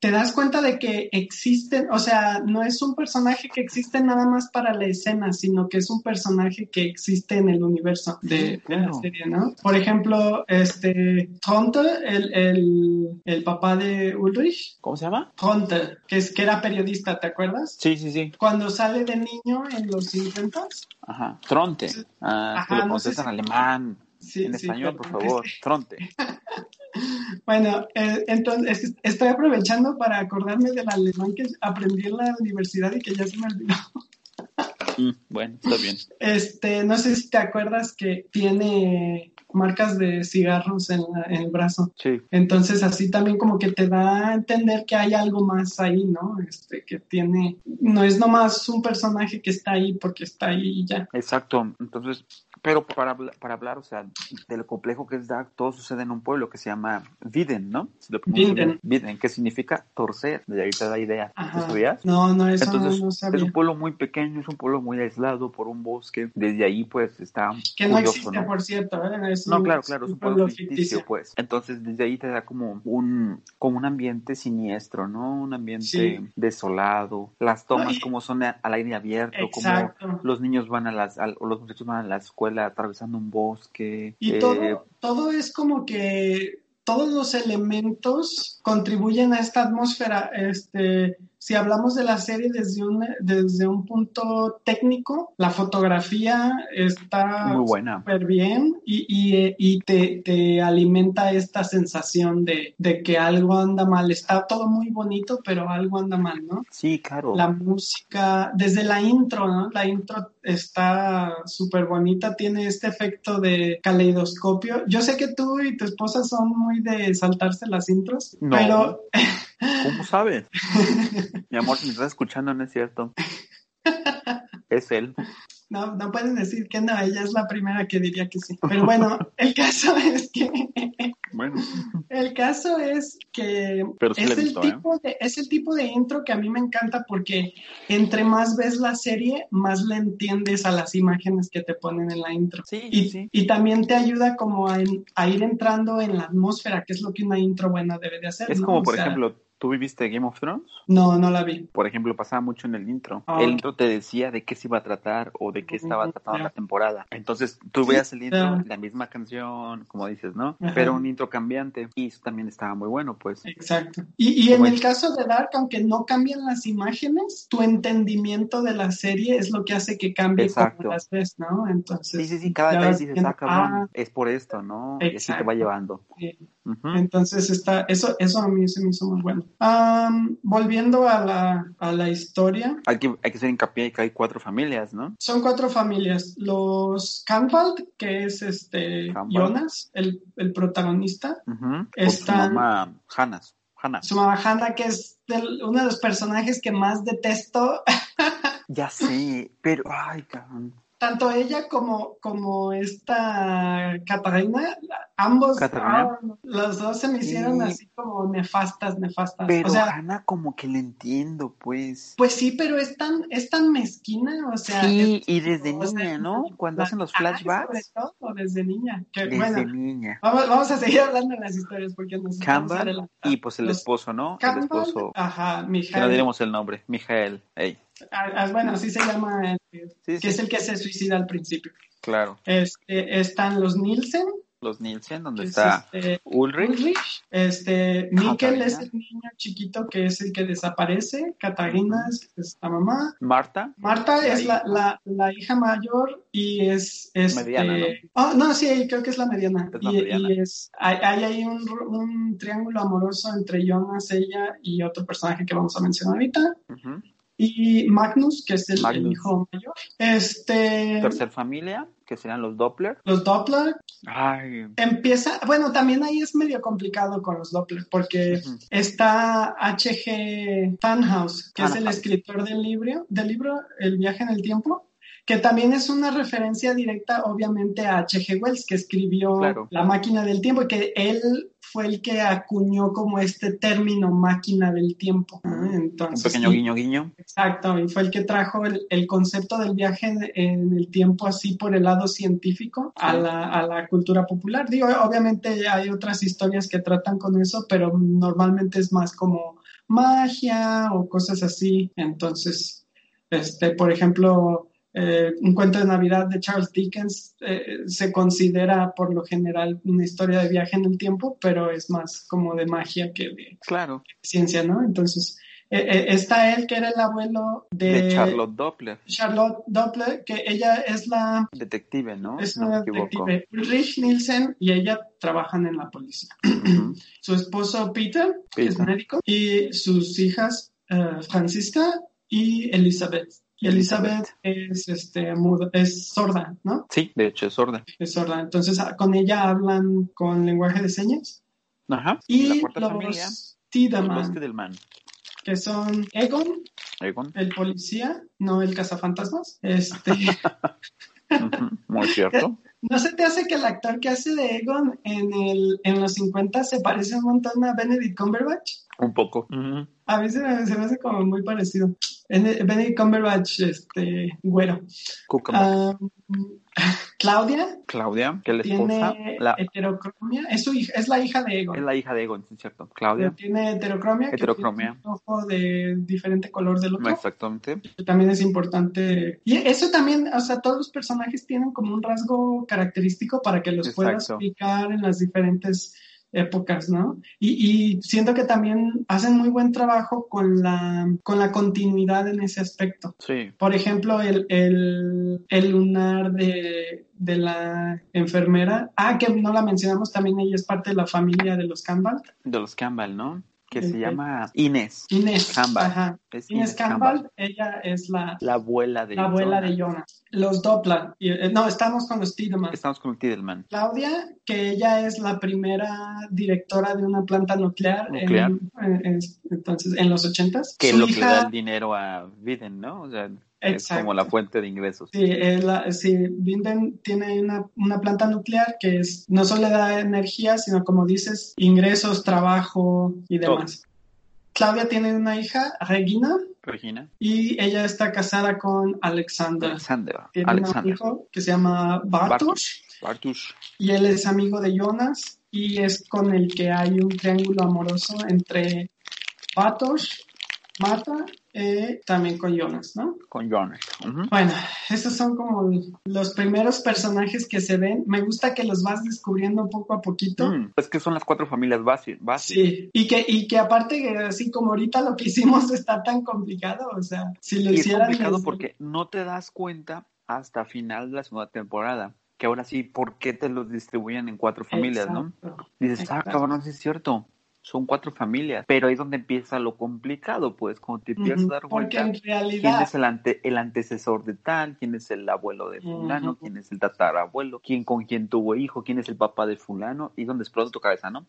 B: te das cuenta de que existen, o sea, no es un personaje que existe nada más para la escena, sino que es un personaje que existe en el universo de, de la
C: Claro.
B: serie, ¿no? Por ejemplo, este Tronte, el, el, el papá de Ulrich,
C: ¿cómo se llama?
B: Tronte, que, es, que era periodista, ¿te acuerdas?
C: Sí, sí, sí.
B: Cuando sale de niño en los 50
C: Ajá. Tronte. Ah,
B: Ajá,
C: tú lo
B: no
C: conoces
B: sé si-
C: en alemán.
B: Sí,
C: en
B: sí,
C: español, por
B: perdón,
C: favor. Tronte.
B: Bueno, eh, entonces es- estoy aprovechando para acordarme del alemán que aprendí en la universidad y que ya se me olvidó. [laughs]
C: Mm, bueno, está bien.
B: Este, no sé si te acuerdas que tiene marcas de cigarros en, la- en el brazo.
C: Sí.
B: Entonces así también como que te da a entender que hay algo más ahí, ¿no? Este, que tiene, no es nomás un personaje que está ahí porque está ahí y ya.
C: Exacto, entonces, pero para, habl- para hablar, o sea, de lo complejo que es Dark, todo sucede en un pueblo que se llama Viden, ¿no? Si lo pronuncio
B: Viden.
C: bien, Viden, que significa torcer, de ahí te da idea.
B: Ajá.
C: ¿Estudias?
B: No, no, eso
C: Entonces,
B: no, no
C: es
B: sabía.
C: un pueblo muy pequeño, es un pueblo muy aislado por un bosque, desde ahí pues está
B: Que no
C: curioso,
B: existe,
C: ¿no?
B: por cierto. ¿eh? Es
C: No,
B: un-
C: claro, claro, es un pueblo ficticio, pues. Entonces, desde ahí te da como un, como un ambiente siniestro, ¿no? Un ambiente
B: Sí.
C: desolado. Las tomas
B: y-
C: como son a- al aire abierto, como
B: Exacto.
C: los niños van a las, al- o los muchachos van a la escuela atravesando un bosque.
B: Y
C: eh,
B: todo, todo es como que todos los elementos contribuyen a esta atmósfera. Este, si hablamos de la serie desde un, desde un punto técnico, la fotografía está
C: Muy buena.
B: súper bien y, y, eh, y te, te alimenta esta sensación de, de que algo anda mal. Está todo muy bonito, pero algo anda mal, ¿no?
C: Sí, claro.
B: La música, desde la intro, ¿no? La intro está súper bonita, tiene este efecto de caleidoscopio. Yo sé que tú y tu esposa son muy de saltarse las intros,
C: No.
B: pero [laughs]
C: ¿Cómo sabes? Mi amor, si me estás escuchando, no es cierto. Es él.
B: no, no pueden decir que no, ella es la primera que diría que sí. Pero
C: [laughs]
B: bueno, el caso es que,
C: Bueno,
B: el caso es que
C: pero sí le
B: es, el
C: gustó, ¿eh?
B: tipo de, es el tipo de intro que a mí me encanta porque entre más ves la serie, más le entiendes a las imágenes que te ponen en la intro.
C: Sí, sí,
B: Y,
C: sí.
B: y también te ayuda como a, en- a ir entrando en la atmósfera, que es lo que una intro buena debe de hacer.
C: Es
B: ¿no?
C: como,
B: O
C: por
B: sea,
C: ejemplo, ¿tú viviste Game of Thrones?
B: No, no la vi.
C: por ejemplo, pasaba mucho en el intro.
B: Ah.
C: El intro te decía de qué se iba a tratar o de qué estaba
B: Ujú,
C: tratando
B: ya.
C: la temporada. Entonces, tú veías el intro,
B: claro.
C: la misma canción, como dices, ¿no?
B: Ajá.
C: Pero un intro cambiante. Y eso también estaba muy bueno, pues.
B: Exacto. Y, y en
C: Bueno.
B: el caso de Dark, aunque no cambian las imágenes, tu entendimiento de la serie es lo que hace que cambie
C: Exacto.
B: como las ves, ¿no? Entonces,
C: Sí, sí, sí, cada
B: ya
C: vez
B: vas
C: dices,
B: viendo,
C: ah, cabrón,
B: ah,
C: es por esto, ¿no? Y así te
B: Exacto.
C: va llevando.
B: sí.
C: Ujú.
B: Entonces está, eso, eso a mí se me hizo muy bueno. Am, volviendo a la, a la historia,
C: Hay que, hay que hacer hincapié que hay cuatro familias, ¿no?
B: Son cuatro familias. Los Canvald, que es este
C: Canvald.
B: Jonas, el, el protagonista.
C: Ujú.
B: Están-
C: Con su mamá, Hannas. Hannas.
B: Su mamá Hannah, que es del- uno de los personajes que más detesto. [laughs]
C: Ya sé, pero, ay, cabrón.
B: Tanto ella como, como esta Catarina, la- ambos,
C: Catarina.
B: ah, los dos se me hicieron
C: Sí.
B: así como nefastas, nefastas.
C: Pero
B: o sea,
C: Hanna como que le entiendo, pues.
B: pues sí, pero es tan, es tan mezquina, o sea.
C: Sí,
B: es-
C: y desde
B: o sea,
C: niña, ¿no? Cuando
B: la-
C: hacen los
B: Ay, sobre
C: flashbacks.
B: todo desde niña. Que,
C: Desde
B: bueno,
C: niña.
B: Vamos, vamos a seguir hablando de las historias porque nos estamos
C: Campbell
B: adelantando.
C: y pues el
B: Ah, Los-
C: esposo, ¿no? El
B: Campbell, ah,
C: esposo,
B: Ajá,
C: que no
B: Mijael.
C: diremos el nombre, Mijael. Ey.
B: Ah, ah, bueno, así se llama, eh,
C: Sí,
B: que
C: sí,
B: es el que se suicida al principio.
C: claro.
B: Este, están los Nielsen,
C: Los Nielsen, donde
B: que es
C: está
B: este,
C: Ulrich.
B: Ulrich. Este, Mikkel
C: Katarina.
B: es el niño chiquito que es el que desaparece. Katarina es, es la mamá.
C: Marta,
B: Marta
C: La
B: es la, la, la hija mayor y es... Este...
C: Mediana, ¿no?
B: Ah, no, sí, creo que es la mediana.
C: Es la
B: y,
C: mediana.
B: y es, hay, hay ahí un, ru- un triángulo amoroso entre Jonas, ella y otro personaje que vamos a mencionar ahorita.
C: ujú,
B: y Magnus, que es el, el
C: Magnus.
B: hijo mayor. Este,
C: Tercer familia, que serían los Doppler.
B: los Doppler,
C: Ay,
B: Empieza, bueno, también ahí es medio complicado con los Doppler, porque
C: Ujú.
B: está H.G. Tannhaus, que es el
C: Tannhaus.
B: escritor del libro, del libro El viaje en el tiempo, que también es una referencia directa, obviamente, a H.G. Wells, que escribió
C: Claro.
B: La máquina del tiempo, y que él fue el que acuñó como este término máquina del tiempo. ¿no?
C: Ah, un
B: Entonces,
C: pequeño
B: y-
C: guiño guiño.
B: Exacto, y fue el que trajo el, el concepto del viaje en, en el tiempo así por el lado científico a
C: Sí.
B: la, a la cultura popular. Digo, obviamente hay otras historias que tratan con eso, pero normalmente es más como magia o cosas así. Entonces, este, por ejemplo, eh, un cuento de Navidad de Charles Dickens eh, se considera por lo general una historia de viaje en el tiempo, pero es más como de magia que de
C: Claro,
B: ciencia, ¿no? Entonces, eh, eh, está él, que era el abuelo de,
C: de Charlotte Doppler,
B: Charlotte Doppler, que ella es la
C: detective, ¿no?
B: es
C: Ah, Si no me
B: una
C: equivoco.
B: detective. Ulrich Nielsen y ella trabajan en la policía.
C: Ujú.
B: Su esposo Peter, que es
C: Peter.
B: médico, y sus hijas eh, Francisca y Elizabeth. Y Elizabeth es, este, muda- es sorda, ¿no?
C: Sí, de hecho es sorda.
B: Es sorda. Entonces, ah, con ella hablan con lenguaje de señas.
C: Ajá. la
B: Y
C: cuarta familia,
B: los
C: el bosque
B: Tidaman,
C: del man.
B: que son Egon,
C: Egon.
B: el policía, no el cazafantasmas. Este, [laughs]
C: Ujú, Muy cierto.
B: ¿No se te hace que el actor que hace de Egon en, el, en los 50 se parece un montón a Benedict Cumberbatch?
C: Un poco. Ujú.
B: A mí se me, se me hace como muy parecido. Bene- Benedict Cumberbatch, este, güero. Ah,
C: Cucamba.
B: [laughs] Claudia
C: Claudia, que es la esposa,
B: tiene
C: la,
B: heterocromia, es, su hija, es la hija de
C: es
B: Egon.
C: la hija de Egon, sí, es cierto. Claudia,
B: Tiene heterocromia, que
C: Heterocromia.
B: tiene un ojo de diferente color del otro.
C: exactamente.
B: que también es importante. Y eso también, o sea, todos los personajes tienen como un rasgo característico para que los puedas
C: Exacto.
B: ubicar en las diferentes épocas, ¿no? Y, y siento que también hacen muy buen trabajo con la, con la continuidad en ese aspecto.
C: Sí,
B: Por ejemplo, el, el, el lunar de, de la enfermera. Ah, que no la mencionamos, también ella es parte de la familia de los Campbell.
C: de los Campbell, ¿no? Que se
B: Ok.
C: llama Inés.
B: Inés.
C: Campbell.
B: Ajá.
C: Es
B: Inés,
C: Campbell,
B: Campbell, ella es la,
C: La abuela de
B: la abuela
C: Jonah.
B: de Jonah. Los Doppler. y, eh, No, estamos con los Tiedemann.
C: Estamos con el Tidelman.
B: Claudia, que ella es la primera directora de una planta nuclear, en- eh,
C: Nuclear.
B: en- en- entonces, en los ochentas.
C: Que
B: Su
C: es lo que le da
B: hija,
C: el dinero a Biden, ¿no? O sea, es
B: Exacto.
C: como la fuente de ingresos.
B: sí, es la- sí, Binden tiene una, una planta nuclear que es, no solo le da energía, sino como dices, ingresos, trabajo y
C: Todo.
B: demás. Claudia tiene una hija, Regina,
C: Regina.
B: y ella está casada con Alexander.
C: Alexander.
B: Tiene un
C: Alexander.
B: hijo que se llama Bartosz.
C: Bartush.
B: y él es amigo de Jonas y es con el que hay un triángulo amoroso entre Patos, Mata, eh, también con Jonas, ¿no?
C: Con Jonah. Ujú.
B: Bueno, esos son como los primeros personajes que se ven. Me gusta que los vas descubriendo poco a poquito.
C: Mm, Es que son las cuatro familias básicas.
B: Sí, y que, y que aparte que así como ahorita lo que hicimos está tan complicado, o sea, si lo
C: Y es
B: hicieran...
C: complicado
B: desde-
C: porque no te das cuenta hasta final de la segunda temporada. Que ahora sí, ¿por qué te los distribuyen en cuatro familias, no?
B: Exacto.
C: Dices, ah,
B: Exacto.
C: cabrón, sí es cierto. Son cuatro familias. Pero ahí es donde empieza lo complicado, pues, cuando te empiezas
B: Ujú,
C: a dar
B: Porque
C: cuenta
B: en
C: quién
B: realidad...
C: es el, ante- el antecesor de tal, quién es el abuelo de fulano,
B: Ujú.
C: quién es el tatarabuelo, quién con quién tuvo hijo, quién es el papá de fulano, y es donde explota tu cabeza, ¿no?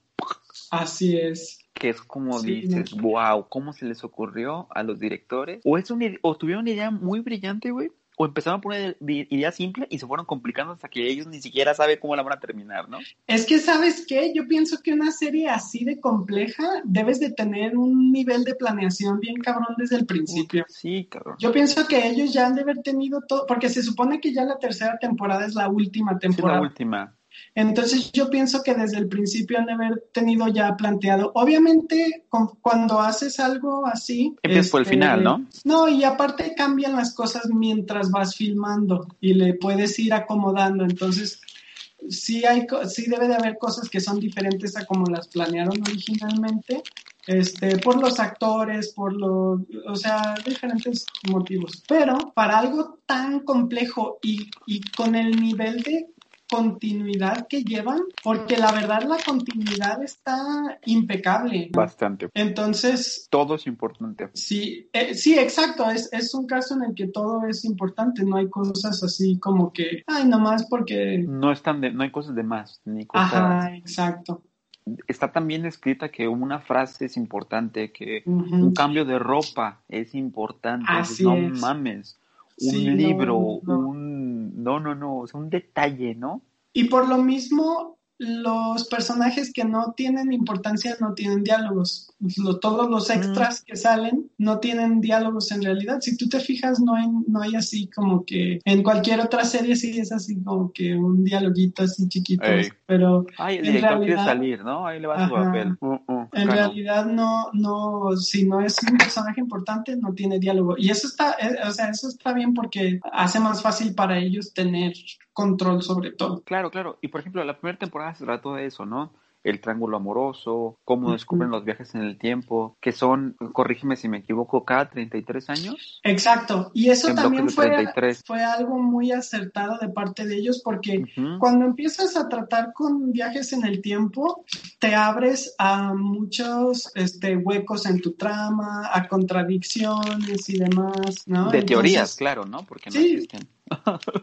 B: Así es.
C: que es como
B: Sí,
C: dices, wow, ¿cómo se les ocurrió a los directores? O, es una, ide- o tuvieron una idea muy brillante, güey, o empezaron a poner di- idea simple y se fueron complicando hasta que ellos ni siquiera saben cómo la van a terminar, ¿no?
B: Es que, ¿sabes qué? Yo pienso que una serie así de compleja debes de tener un nivel de planeación bien cabrón desde el principio.
C: Sí, cabrón.
B: Yo pienso que ellos ya han de haber tenido todo, porque se supone que ya la tercera temporada es la última
C: Es la
B: temporada.
C: última.
B: Entonces yo pienso que desde el principio han de haber tenido ya planteado. Obviamente, con- cuando haces algo así... este,
C: Empiezas por el final, ¿no?
B: No, y aparte cambian las cosas mientras vas filmando y le puedes ir acomodando. Entonces, sí, hay, co- sí debe de haber cosas que son diferentes a como las planearon originalmente, este, por los actores, por los, o sea, diferentes motivos. Pero para algo tan complejo y, y con el nivel de continuidad que llevan, porque la verdad la continuidad está impecable.
C: Bastante.
B: Entonces,
C: Todo es importante.
B: sí, eh, sí, exacto, es, es un caso en el que todo es importante, no hay cosas así como que, ay, nomás porque...
C: No están de- no hay cosas de más, ni cosas.
B: Ajá, exacto.
C: Está también escrita que una frase es importante, que
B: Ujú.
C: un cambio de ropa es importante.
B: Así
C: no
B: es.
C: mames. Un
B: Sí, no,
C: libro,
B: no.
C: un. No, no, no. O sea, un detalle, ¿no?
B: Y por lo mismo, los personajes que no tienen importancia no tienen diálogos. Lo- todos los extras que salen no tienen diálogos en realidad. Si tú te fijas, no hay, no hay así como que en cualquier otra serie sí es así como que un dialoguito así chiquito.
C: Ey.
B: Pero
C: Ay, el
B: En
C: director quiere
B: realidad-
C: salir, ¿no? Ahí le va su
B: Ajá.
C: papel. Uh, uh,
B: en
C: acá no.
B: realidad no, no, si no es un personaje importante, no tiene diálogo. Y eso está, eh, o sea, eso está bien porque hace más fácil para ellos tener control sobre todo.
C: Claro, claro. Y por ejemplo, la primera temporada se trató de eso, ¿no? El triángulo amoroso, cómo
B: Ujú.
C: descubren los viajes en el tiempo, que son, corrígeme si me equivoco, cada 33 años.
B: Exacto, y eso
C: En
B: también
C: bloques de
B: fue,
C: 33.
B: fue algo muy acertado de parte de ellos porque
C: Ujú.
B: cuando empiezas a tratar con viajes en el tiempo, te abres a muchos este, huecos en tu trama, a contradicciones y demás, ¿no?
C: De
B: Entonces-
C: teorías, claro, ¿no? Porque no
B: Sí.
C: existen.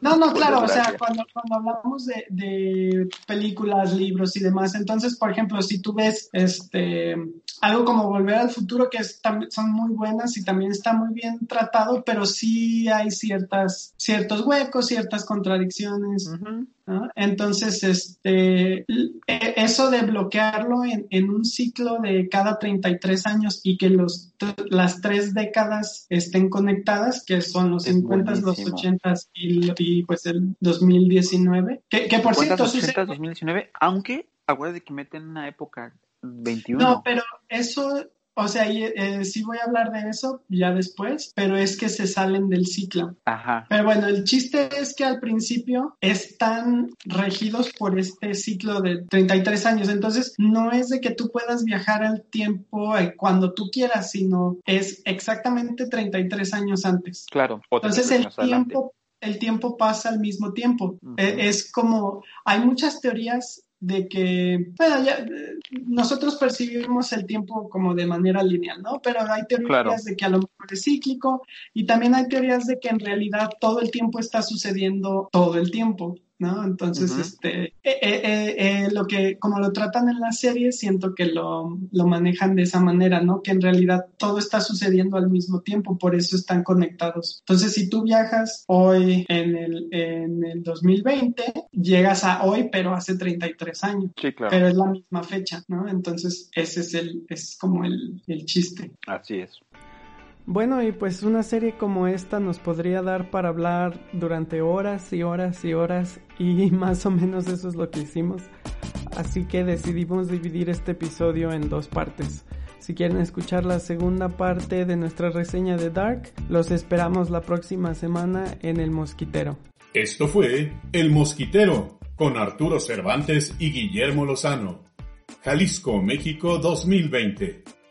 B: No, no, claro, o sea,
C: desgracia.
B: cuando, cuando hablamos de, de películas, libros y demás, entonces, por ejemplo, si tú ves este algo como Volver al Futuro, que es tam- son muy buenas y también está muy bien tratado, pero sí hay ciertas, ciertos huecos, ciertas contradicciones.
C: Ujú.
B: ¿no? Entonces, este, l- e- eso de bloquearlo en, en un ciclo de cada 33 años y que los, t- las tres décadas estén conectadas, que son los
C: Es
B: 50, los
C: buenísimo.
B: 80 y, lo- y, pues el 2019, que, que por eh, cierto
C: 50,
B: sucede-
C: 80, 2019, aunque acuérdate que meten una época 21.
B: No, pero eso, o sea, y, eh, sí voy a hablar de eso ya después, pero es que se salen del ciclo.
C: Ajá.
B: Pero bueno, el chiste es que al principio están regidos por este ciclo de 33 años. Entonces, no es de que tú puedas viajar al tiempo eh, cuando tú quieras, sino es exactamente 33 años antes.
C: Claro. O
B: Entonces,
C: 33
B: el
C: años adelante.
B: tiempo, el tiempo pasa al mismo tiempo.
C: Ujú.
B: Eh, Es como, hay muchas teorías de que, bueno, ya, eh, nosotros percibimos el tiempo como de manera lineal, ¿no? Pero hay teorías
C: Claro.
B: de que a lo mejor es cíclico y también hay teorías de que en realidad todo el tiempo está sucediendo todo el tiempo. ¿No? Entonces,
C: Ujú.
B: este, eh, eh, eh, eh, lo que, como lo tratan en la serie, siento que lo, lo manejan de esa manera, ¿no? Que en realidad todo está sucediendo al mismo tiempo, por eso están conectados. Entonces, si tú viajas hoy en el, en el 2020, llegas a hoy, pero hace 33 años,
C: Sí, claro.
B: pero es la misma fecha, ¿no? Entonces, ese es el, es como el, el chiste.
C: Así es.
E: Bueno, y pues una serie como esta nos podría dar para hablar durante horas y horas y horas y [laughs] más o menos eso es lo que hicimos. Así que decidimos dividir este episodio en dos partes. Si quieren escuchar la segunda parte de nuestra reseña de Dark, los esperamos la próxima semana en El Mosquitero.
D: Esto fue El Mosquitero con Arturo Cervantes y Guillermo Lozano. Jalisco, México 2020.